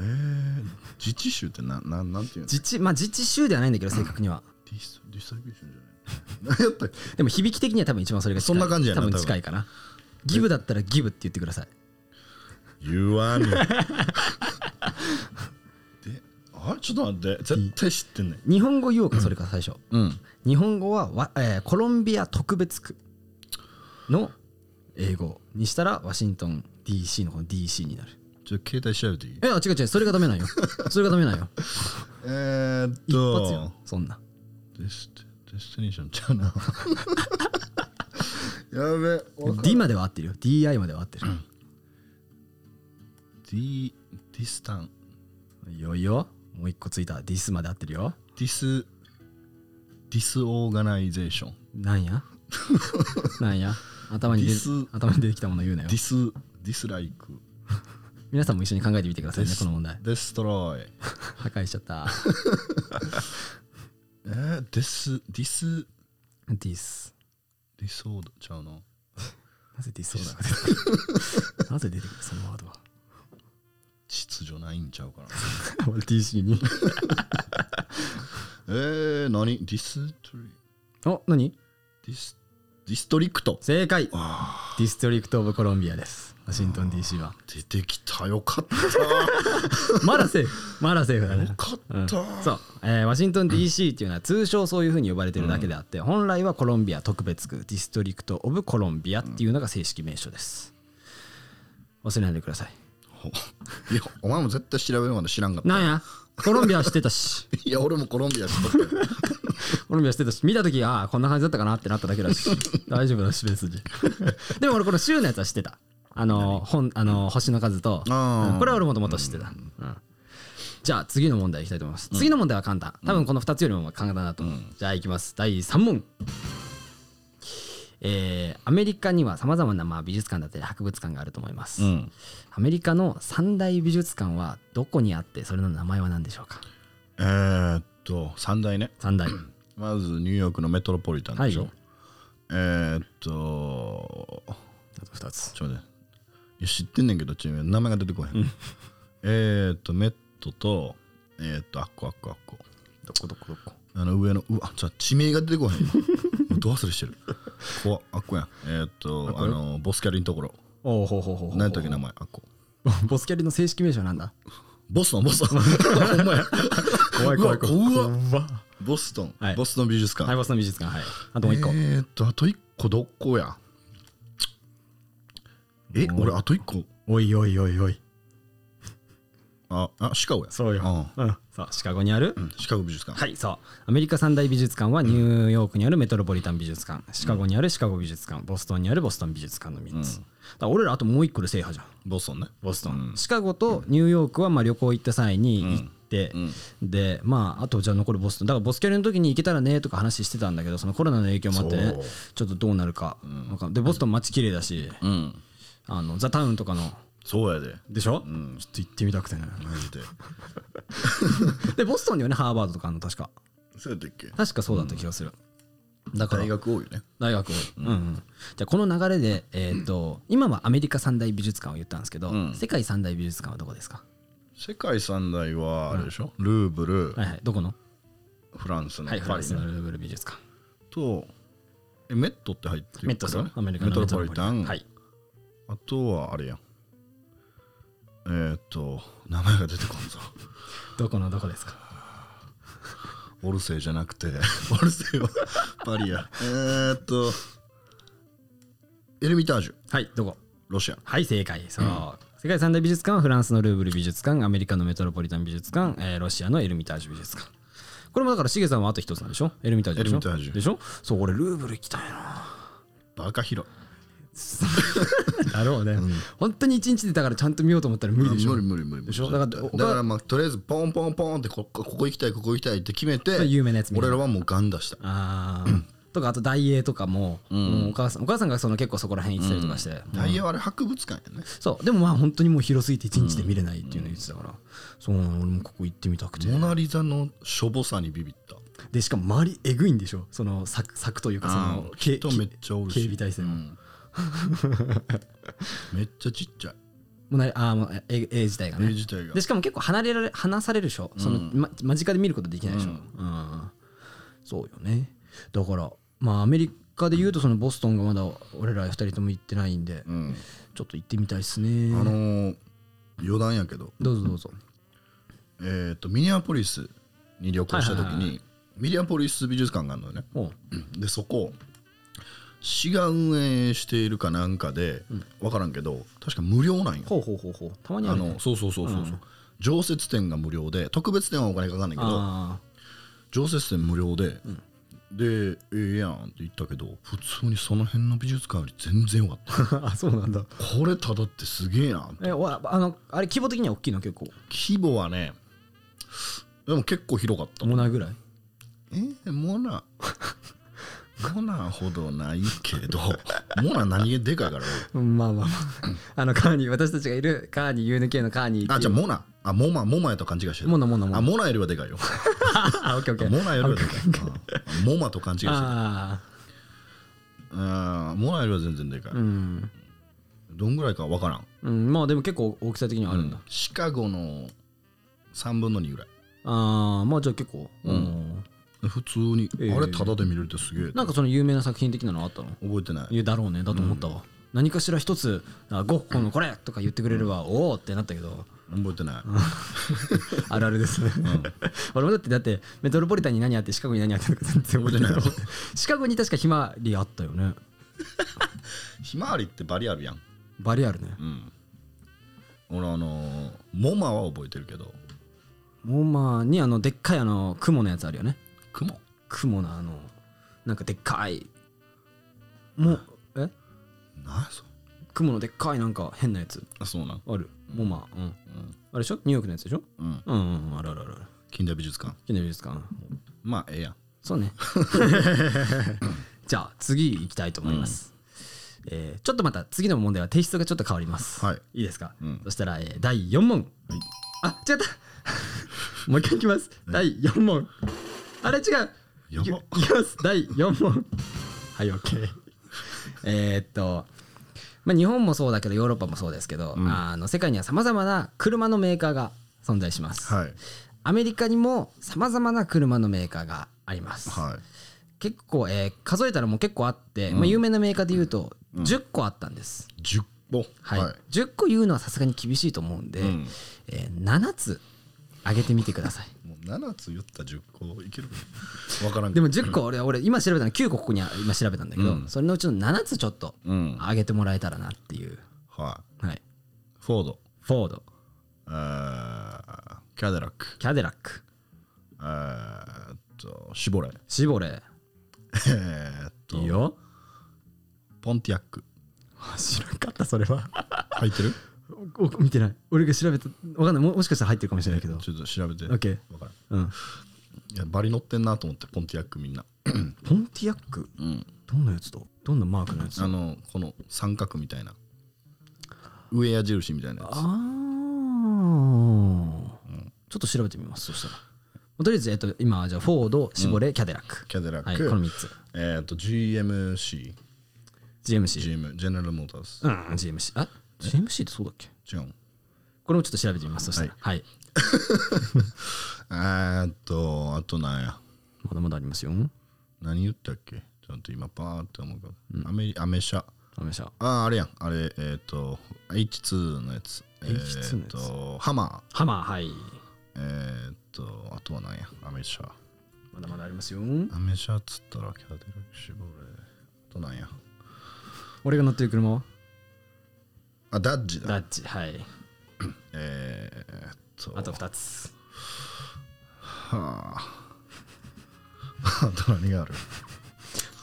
[SPEAKER 2] えー、自治州ってなななんていうのデ
[SPEAKER 1] 自治まあ自治州ではないんだけど正確には
[SPEAKER 2] ィスディストリビューションじゃない何やったっけ
[SPEAKER 1] でも響き的には多分一番それが近い
[SPEAKER 2] そんな感じやな
[SPEAKER 1] 多分
[SPEAKER 2] 多分
[SPEAKER 1] 近いかなギブだったらギブって言ってください
[SPEAKER 2] 言わぬで あれちょっと待って絶対知ってんねん
[SPEAKER 1] 日本語言おうかそれから最初
[SPEAKER 2] うん
[SPEAKER 1] 日本語はわ、えーコロンビア特別区の英語にしたらワシントン DC のこの DC になる
[SPEAKER 2] ちょっと携帯調べていい
[SPEAKER 1] えあ違う違うそれがダメ なんよそれがダメなんよ
[SPEAKER 2] えー、っ
[SPEAKER 1] 一発よ
[SPEAKER 2] と
[SPEAKER 1] そんな
[SPEAKER 2] デステデスティネーションちゃうな やべわかん
[SPEAKER 1] D までは合ってるよ DI までは合ってる
[SPEAKER 2] ディディスタン
[SPEAKER 1] いよいよもう一個ついたディスまで合ってるよ
[SPEAKER 2] ディスディスオーガナイゼーション
[SPEAKER 1] な んやなんや頭に出て
[SPEAKER 2] ディス
[SPEAKER 1] 頭に出てきたもの言うなよ
[SPEAKER 2] ディスディスライク
[SPEAKER 1] 皆さんも一緒に考えてみてくださいね
[SPEAKER 2] ディス
[SPEAKER 1] この問題
[SPEAKER 2] デストロイ
[SPEAKER 1] 破壊しちゃ った
[SPEAKER 2] えー、デスディス
[SPEAKER 1] ディス
[SPEAKER 2] ディスオーダーちゃうな
[SPEAKER 1] なぜディスオーダーが 出てくるなぜ出てくるそのワードは
[SPEAKER 2] 秩序ないんちゃうか な
[SPEAKER 1] DC に
[SPEAKER 2] えー、何ディストリ
[SPEAKER 1] お何
[SPEAKER 2] ディスディストリクト
[SPEAKER 1] 正解
[SPEAKER 2] あ
[SPEAKER 1] ディストリクト・オブ・コロンビアですワシントン DC は
[SPEAKER 2] ー出てきたよかっ
[SPEAKER 1] まだセーフまだセーフ
[SPEAKER 2] た
[SPEAKER 1] だ
[SPEAKER 2] よ
[SPEAKER 1] ね
[SPEAKER 2] かっ
[SPEAKER 1] うん
[SPEAKER 2] た、
[SPEAKER 1] そう、えーワシントン DC っていうのは通称そういうふうに呼ばれてるだけであって、本来はコロンビア特別区ディストリクト・オブ・コロンビアっていうのが正式名称です忘れないでください
[SPEAKER 2] ほいやお前も絶対調べるまで知らんかった
[SPEAKER 1] なんやコロンビア知ってたし
[SPEAKER 2] いや俺もコロンビアしとったよ
[SPEAKER 1] コロンビア知ってたし見た時ああこんな感じだったかなってなっただけだ し大丈夫だし別 にでも俺この州のやつは知ってたあの本あの星の数と
[SPEAKER 2] あー
[SPEAKER 1] うんこれは俺もともと知ってた、うんじゃあ次の問題いきたいと思います、次の問題は簡単多分この2つよりも簡単だと思う、じゃあいきます第3問えーアメリカにはさまざまなまあ美術館だったり博物館があると思います、
[SPEAKER 2] うん
[SPEAKER 1] アメリカの三大美術館はどこにあってそれの名前は何でしょうか
[SPEAKER 2] えー、っと三大ね
[SPEAKER 1] 三大
[SPEAKER 2] まずニューヨークのメトロポリタンでしょ、
[SPEAKER 1] はい
[SPEAKER 2] えー、っと
[SPEAKER 1] あと2つ。
[SPEAKER 2] ちょっと待っていや知ってんねんけどちょっと名前が出てこへん、えー、っとメットとえー、っとあっこあっこあっこ
[SPEAKER 1] どこどこどこ。
[SPEAKER 2] あの上のうわち ょ地名が出てこへん今もうど忘れしてるこわあっこやんえー、っとあのボスキャリのところ
[SPEAKER 1] おおほうほうほうほう。
[SPEAKER 2] 何やったっけ名前あっこ
[SPEAKER 1] ボスキャリの正式名称なんだ。
[SPEAKER 2] ボストンボストン ほんまや
[SPEAKER 1] 怖
[SPEAKER 2] うわ怖っ
[SPEAKER 1] 怖っ
[SPEAKER 2] ボストン、
[SPEAKER 1] はい
[SPEAKER 2] ボストン美術館、
[SPEAKER 1] はい、ボスの美術館。はい。あともう一個。
[SPEAKER 2] えー、っとあと一個どこやえ
[SPEAKER 1] もう
[SPEAKER 2] 俺あと一個
[SPEAKER 1] おいおいおいおい。
[SPEAKER 2] ああシカゴや
[SPEAKER 1] そうよ。うん。そう、シカゴにある。
[SPEAKER 2] うんシカゴ美術館
[SPEAKER 1] はい、そう。アメリカ三大美術館はニューヨークにあるメトロポリタン美術館、シカゴにあるシカゴ美術館、ボストンにあるボストン美術館の3つ。だから俺らあともう一個で制覇じゃん。
[SPEAKER 2] ボストンね
[SPEAKER 1] ボストン、
[SPEAKER 2] うん
[SPEAKER 1] シカゴとニューヨークはまあ旅行行った際に行って、
[SPEAKER 2] ん
[SPEAKER 1] でまああとじゃあ残るボストンだからボスキャリの時に行けたらねとか話してたんだけどそのコロナの影響もあってね
[SPEAKER 2] そう
[SPEAKER 1] ちょっとどうなるか,、かんでボストン街綺麗だし、
[SPEAKER 2] うん
[SPEAKER 1] あのザ・タウンとかの
[SPEAKER 2] そうやで
[SPEAKER 1] でしょ、ちょっと行ってみたくてね
[SPEAKER 2] マジで
[SPEAKER 1] でボストンにはねハーバードとかあんの確か
[SPEAKER 2] そうやったっけ
[SPEAKER 1] 確かそうだった気がする、だから
[SPEAKER 2] 大学多いよね
[SPEAKER 1] 大学を、うんうんじゃあこの流れで、えーと今はアメリカ三大美術館を言ったんですけど、
[SPEAKER 2] うん
[SPEAKER 1] 世界三大美術館はどこですか、
[SPEAKER 2] 世界三大はあれでしょ、ルーブル、
[SPEAKER 1] はいはい、どこの
[SPEAKER 2] フランスの
[SPEAKER 1] はい、フラ
[SPEAKER 2] パ
[SPEAKER 1] ン
[SPEAKER 2] リ
[SPEAKER 1] ス
[SPEAKER 2] ね、
[SPEAKER 1] のルーブル美術館。
[SPEAKER 2] とえメットって入ってる
[SPEAKER 1] メット
[SPEAKER 2] から
[SPEAKER 1] さ
[SPEAKER 2] ね
[SPEAKER 1] ん、アメリカ
[SPEAKER 2] メト
[SPEAKER 1] の
[SPEAKER 2] ロポリタン、
[SPEAKER 1] はい。
[SPEAKER 2] あとはあれやんえー、っと名前が出てこんぞ
[SPEAKER 1] どこのどこですか
[SPEAKER 2] オルセイじゃなく てオルセイ はパリやえー、っとエルミタージュ
[SPEAKER 1] はい、どこ
[SPEAKER 2] ロシア
[SPEAKER 1] はい、正解。そう。世界三大美術館はフランスのルーブル美術館、アメリカのメトロポリタン美術館、えーロシアのエルミタージュ美術館。これもだから、シゲさんはあと一つなんでしょエルミタージュでしょ
[SPEAKER 2] エルミタージュ
[SPEAKER 1] でしょそう、俺、ルーブル行きたい な。
[SPEAKER 2] バカヒロ
[SPEAKER 1] だろうね。本当に一日でだからちゃんと見ようと思ったら無
[SPEAKER 2] 無
[SPEAKER 1] 理で
[SPEAKER 2] 理
[SPEAKER 1] しょ。
[SPEAKER 2] 無理無理無理
[SPEAKER 1] でしょだから
[SPEAKER 2] 絶対
[SPEAKER 1] お
[SPEAKER 2] だからまあとりあえずポンポンポンってここここ行きたいここ行きたいって決めて
[SPEAKER 1] 有名なやつ見る
[SPEAKER 2] 俺らはもうガン出した
[SPEAKER 1] ああ。とか、あと、大英とかも、もうお母さん、お母さんがその結構そこら辺行ってたりとかして。
[SPEAKER 2] ダイヤはあれ博物館やね
[SPEAKER 1] そうでもまあ本当にもう広すぎて一日で見れないっていうのを言ってたから、そうなの俺もここ行ってみたくて
[SPEAKER 2] モナ・リザのしょぼさにビビった
[SPEAKER 1] でしかも周りえぐいんでしょその柵柵というかそ
[SPEAKER 2] あー
[SPEAKER 1] のけ
[SPEAKER 2] 人めっちゃおるし
[SPEAKER 1] 警備体制も,、
[SPEAKER 2] めっちゃちっちゃい
[SPEAKER 1] もうなあーもうえ絵自体が
[SPEAKER 2] 絵
[SPEAKER 1] ね
[SPEAKER 2] 自体が
[SPEAKER 1] でしかも結構離れられ離されるでしょその、ま、間近で見ることできないでしょ、うんそうよねだからまあアメリカで言うとそのボストンがまだ俺ら二人とも行ってないんで、
[SPEAKER 2] うん
[SPEAKER 1] ちょっと行ってみたいっす
[SPEAKER 2] あ
[SPEAKER 1] ね
[SPEAKER 2] のー余談やけど
[SPEAKER 1] どうぞどうぞ
[SPEAKER 2] えーとミネアポリスに旅行した時
[SPEAKER 1] はいはいはい
[SPEAKER 2] にミネアポリス美術館があるのよね
[SPEAKER 1] おう
[SPEAKER 2] でそこ市が運営しているかなんかで分からんけど確か無料なんよ
[SPEAKER 1] ほうほうほうほうたまにあ
[SPEAKER 2] あ
[SPEAKER 1] るね
[SPEAKER 2] のそうそうそうそうそう常設展が無料で特別展はお金かかんないけど
[SPEAKER 1] あ
[SPEAKER 2] 常設展無料でで「ええやん」って言ったけど普通にその辺の美術館より全然良かった
[SPEAKER 1] あそうなんだ
[SPEAKER 2] これただってすげえな
[SPEAKER 1] えわあのあれ規模的には大きいの結構
[SPEAKER 2] 規模はねでも結構広かった
[SPEAKER 1] モナぐらい
[SPEAKER 2] えー、モナモナほどないけど モナ何気でかい から俺
[SPEAKER 1] うんまあまあまああのカーニー私たちがいるカーニー UNK のカーニーっていう
[SPEAKER 2] あじゃあモナあモマモマやと勘違いしてる
[SPEAKER 1] モナモナモナ
[SPEAKER 2] あモナよりはでかいよ
[SPEAKER 1] あオッケーオッケー
[SPEAKER 2] モナよりはでかい
[SPEAKER 1] あオッケーオッケー
[SPEAKER 2] うんモマと勘違いしてる
[SPEAKER 1] あ
[SPEAKER 2] うんモナよりは全然でかい、
[SPEAKER 1] あうん、
[SPEAKER 2] どんぐらいかわからん
[SPEAKER 1] うん、まあでも結構大きさ的にはあるんだ、
[SPEAKER 2] うんシカゴの3分の2ぐらい
[SPEAKER 1] ああまあじゃあ結構、
[SPEAKER 2] うん
[SPEAKER 1] うん
[SPEAKER 2] 普通に、
[SPEAKER 1] ええ
[SPEAKER 2] あれタダで見れるってすげえ
[SPEAKER 1] なんかその有名な作品的なのあったの
[SPEAKER 2] 覚えてない
[SPEAKER 1] いやだろうねだと思ったわ、何かしら一つ「あゴッホのこれ!」とか言ってくれれば「おお!」ってなったけど
[SPEAKER 2] 覚えてない、
[SPEAKER 1] あるあるですね、 俺もだってだってメトロポリタンに何あってシカゴに何あってとか全然覚えてない
[SPEAKER 2] 覚え
[SPEAKER 1] シカゴに確かひまわりあったよね
[SPEAKER 2] ひまわりってバリあるやん
[SPEAKER 1] バリあるね
[SPEAKER 2] うん俺あのーモマは覚えてるけど
[SPEAKER 1] モンマにあのでっかいあの雲のやつあるよね
[SPEAKER 2] 雲
[SPEAKER 1] 雲のあのなんかでっかいもうえ
[SPEAKER 2] なあそ
[SPEAKER 1] 雲のでっかいなんか変なやつ
[SPEAKER 2] あそうなん
[SPEAKER 1] あるモンマうん
[SPEAKER 2] うん、
[SPEAKER 1] あれでしょニューヨークのやつでしょ
[SPEAKER 2] うん、
[SPEAKER 1] うんうんうんあるあるあるある
[SPEAKER 2] 近代美術館
[SPEAKER 1] 記念美術館
[SPEAKER 2] まあええやん
[SPEAKER 1] そうね じゃあ次行きたいと思います、えーちょっとまた次の問題はテイストがちょっと変わります、
[SPEAKER 2] はい
[SPEAKER 1] いいですか、
[SPEAKER 2] うん
[SPEAKER 1] そしたら、えー第4問、あ違った もう一回いきます第4問あれ違う
[SPEAKER 2] やば
[SPEAKER 1] いきいきます第4問はい OK えーっとまあ、日本もそうだけどヨーロッパもそうですけど、
[SPEAKER 2] うん
[SPEAKER 1] あの世界にはさまざまな車のメーカーが存在します、
[SPEAKER 2] はい
[SPEAKER 1] アメリカにもさまざまな車のメーカーがあります、
[SPEAKER 2] はい
[SPEAKER 1] 結構、えー数えたらもう結構あって、
[SPEAKER 2] うん
[SPEAKER 1] まあ、有名なメーカーで言うと
[SPEAKER 2] うん
[SPEAKER 1] 10個あったんです、
[SPEAKER 2] 10本
[SPEAKER 1] はい10個言うのはさすがに厳しいと思うんで、
[SPEAKER 2] うん
[SPEAKER 1] えー7つ挙げてみてくだ さい
[SPEAKER 2] もう7つ言った10個いけるかなわからんけ
[SPEAKER 1] で
[SPEAKER 2] ど
[SPEAKER 1] も10個俺俺今調べたの9個ここにあ今調べたんだけど、
[SPEAKER 2] うん
[SPEAKER 1] それのうちの7つちょっと
[SPEAKER 2] うんはい
[SPEAKER 1] 挙げてもらえたらなっていう、はい、
[SPEAKER 2] フォード
[SPEAKER 1] フォード
[SPEAKER 2] あーキャデラック
[SPEAKER 1] キャデラック
[SPEAKER 2] えーっとシボレー
[SPEAKER 1] シボレー
[SPEAKER 2] えーっと
[SPEAKER 1] いいよ
[SPEAKER 2] ポンティアック
[SPEAKER 1] あ知らんかったそれは
[SPEAKER 2] 入ってる
[SPEAKER 1] おお見てない俺が調べたわかんないももしかしたら入ってるかもしれないけど
[SPEAKER 2] ちょっと調べて。
[SPEAKER 1] オッケー
[SPEAKER 2] わからん。
[SPEAKER 1] うん
[SPEAKER 2] いや、バリ乗ってんなと思って、ポンティアックみんな。
[SPEAKER 1] ポンティアック
[SPEAKER 2] うん。
[SPEAKER 1] どんなやつとどんなマークのやつ
[SPEAKER 2] あの、この三角みたいな。上矢印みたいなや
[SPEAKER 1] あ
[SPEAKER 2] つ。
[SPEAKER 1] ーちょっと調べてみますそしたらとりあえず、えっと、今じゃあフォードシボレー、キャデラック
[SPEAKER 2] キャデラッ
[SPEAKER 1] はい
[SPEAKER 2] ク。
[SPEAKER 1] この3つ
[SPEAKER 2] えーっと、GMC、
[SPEAKER 1] GMC
[SPEAKER 2] GM、ジェネラルモーターズ
[SPEAKER 1] うん GMC あ GMC ってそうだっけ。
[SPEAKER 2] 違うん。
[SPEAKER 1] これもちょっと調べてみますそしたらはい、
[SPEAKER 2] えーっと、あとなんや。
[SPEAKER 1] まだまだありますよ
[SPEAKER 2] 何言ったっけちょっと今、パーって思うか。アメリアメ車。
[SPEAKER 1] ダメでした
[SPEAKER 2] ああ、あれやん。あれ、えーっと、H2 のやつ。
[SPEAKER 1] H2 のやつ
[SPEAKER 2] えーっと、ハマ
[SPEAKER 1] ハマーはい
[SPEAKER 2] ー。えーっと、あとはなんや。アメ車。
[SPEAKER 1] まだまだありますよ
[SPEAKER 2] アメ車っつったらキャデラックシボレーあとなんや
[SPEAKER 1] 俺が乗ってる車は
[SPEAKER 2] あダッジだ
[SPEAKER 1] ダッチはい
[SPEAKER 2] えー、っと
[SPEAKER 1] あと2つ
[SPEAKER 2] はあ あと何がある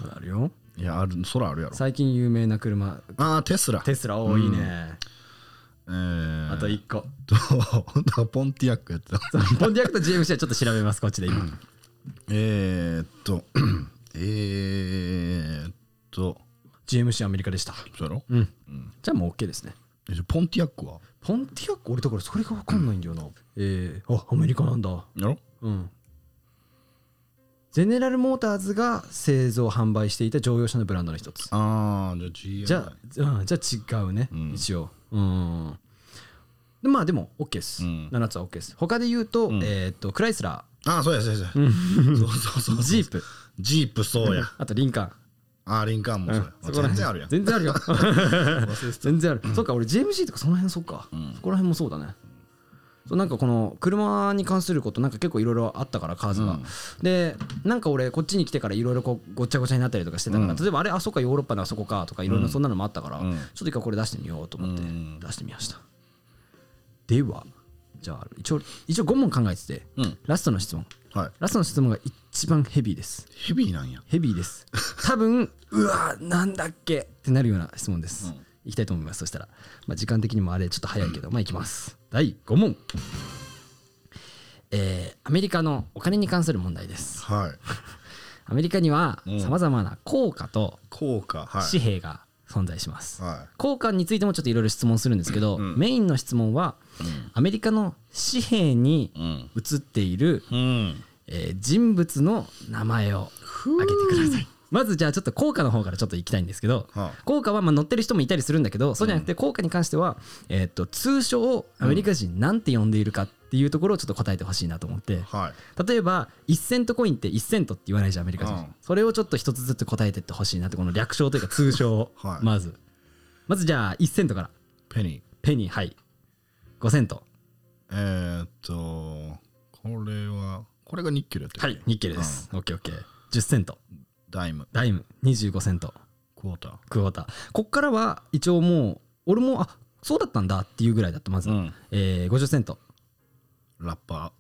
[SPEAKER 1] まだあるよ
[SPEAKER 2] いやある空あるやろ
[SPEAKER 1] 最近有名な車
[SPEAKER 2] あーテスラ
[SPEAKER 1] テスラ多いね
[SPEAKER 2] えー、
[SPEAKER 1] あと1個
[SPEAKER 2] と本当はポンティアックやった
[SPEAKER 1] ポンディアクと GMC はちょっと調べますこっちで今
[SPEAKER 2] えーっと えーっと
[SPEAKER 1] GMC アメリカでした
[SPEAKER 2] そうやろ
[SPEAKER 1] うん、じゃあもう OK ですね
[SPEAKER 2] えじゃあポンティアックは
[SPEAKER 1] ポンティアック俺だからそれが分かんないんだよな、えー、あアメリカなんだ
[SPEAKER 2] やろ
[SPEAKER 1] うんゼネラルモーターズが製造販売していた乗用車のブランドの一つ
[SPEAKER 2] ああじ
[SPEAKER 1] じ
[SPEAKER 2] ゃあ GM
[SPEAKER 1] ゃあ、うん、じゃあ違うね、
[SPEAKER 2] うん
[SPEAKER 1] 一応うんでまあでも OK です、
[SPEAKER 2] うん
[SPEAKER 1] 7つは OK です他で言うと、
[SPEAKER 2] ん
[SPEAKER 1] えっ、とクライスラ
[SPEAKER 2] ああそうやそうやそうやそうそうそう
[SPEAKER 1] ージープ
[SPEAKER 2] ジープそうや
[SPEAKER 1] あとリンカーン
[SPEAKER 2] あーリンカー ンもそうや、
[SPEAKER 1] そこら
[SPEAKER 2] 全
[SPEAKER 1] 辺
[SPEAKER 2] 然あるやん
[SPEAKER 1] 全然あるよ全然ある、そっか俺 JMC とかその辺そっか、
[SPEAKER 2] ん
[SPEAKER 1] そこら辺もそうだね、そうなんかこの車に関することなんか結構いろいろあったから数が、
[SPEAKER 2] うん
[SPEAKER 1] でなんか俺こっちに来てからいろいろこうごっちゃごちゃになったりとかしてたから、
[SPEAKER 2] うん
[SPEAKER 1] 例えばあれあそっかヨーロッパのあそこかとかいろいろそんなのもあったから、
[SPEAKER 2] うん
[SPEAKER 1] ちょっと一回これ出してみようと思って
[SPEAKER 2] うん
[SPEAKER 1] 出してみました、ではじゃあ一応一応5問考えてて、
[SPEAKER 2] うん
[SPEAKER 1] ラストの質問
[SPEAKER 2] はい
[SPEAKER 1] ラストの質問が一番ヘビーです
[SPEAKER 2] ヘビーなんや
[SPEAKER 1] ヘビーです多分うわなんだっけってなるような質問です、
[SPEAKER 2] うん
[SPEAKER 1] いきたいと思いますそしたら、まあ、時間的にもあれちょっと早いけどまあいきます第5問えーアメリカのお金に関する問題です
[SPEAKER 2] はい
[SPEAKER 1] アメリカには
[SPEAKER 2] うん
[SPEAKER 1] さまざまな硬貨と
[SPEAKER 2] 効果はい
[SPEAKER 1] 紙幣が存在します、
[SPEAKER 2] は
[SPEAKER 1] 交換についてもちょっといろいろ質問するんですけど、
[SPEAKER 2] うん
[SPEAKER 1] メインの質問は、アメリカの紙幣に
[SPEAKER 2] いうん
[SPEAKER 1] 写っている、
[SPEAKER 2] うん
[SPEAKER 1] えー人物の名前を挙げてください。まずじゃあちょっと効果の方からちょっと行きたいんですけど、
[SPEAKER 2] はあ
[SPEAKER 1] 効果はまあ載ってる人もいたりするんだけどそうじゃなくて効果に関しては、えーっと通称をアメリカ人なんて呼んでいるかっていうところをちょっと答えてほしいなと思って、
[SPEAKER 2] はい
[SPEAKER 1] 例えば1セントコインって1セントって言わないじゃんアメリカ人、
[SPEAKER 2] うん
[SPEAKER 1] それをちょっと一つずつ答えてってほしいなってこの略称というか通称を
[SPEAKER 2] はい
[SPEAKER 1] まず、まずじゃあ1セントから
[SPEAKER 2] ペニー
[SPEAKER 1] ペニーはい5セント
[SPEAKER 2] えー、っとこれはこれがニッケルやった
[SPEAKER 1] は
[SPEAKER 2] っけ
[SPEAKER 1] いニッケルです、オッケーオッケー10セント
[SPEAKER 2] ダイム
[SPEAKER 1] ダイム25セント
[SPEAKER 2] クォータ
[SPEAKER 1] クォーターこっからは一応もう俺もあそうだったんだっていうぐらいだったまず、
[SPEAKER 2] ーん
[SPEAKER 1] えー、50セント
[SPEAKER 2] ラッパ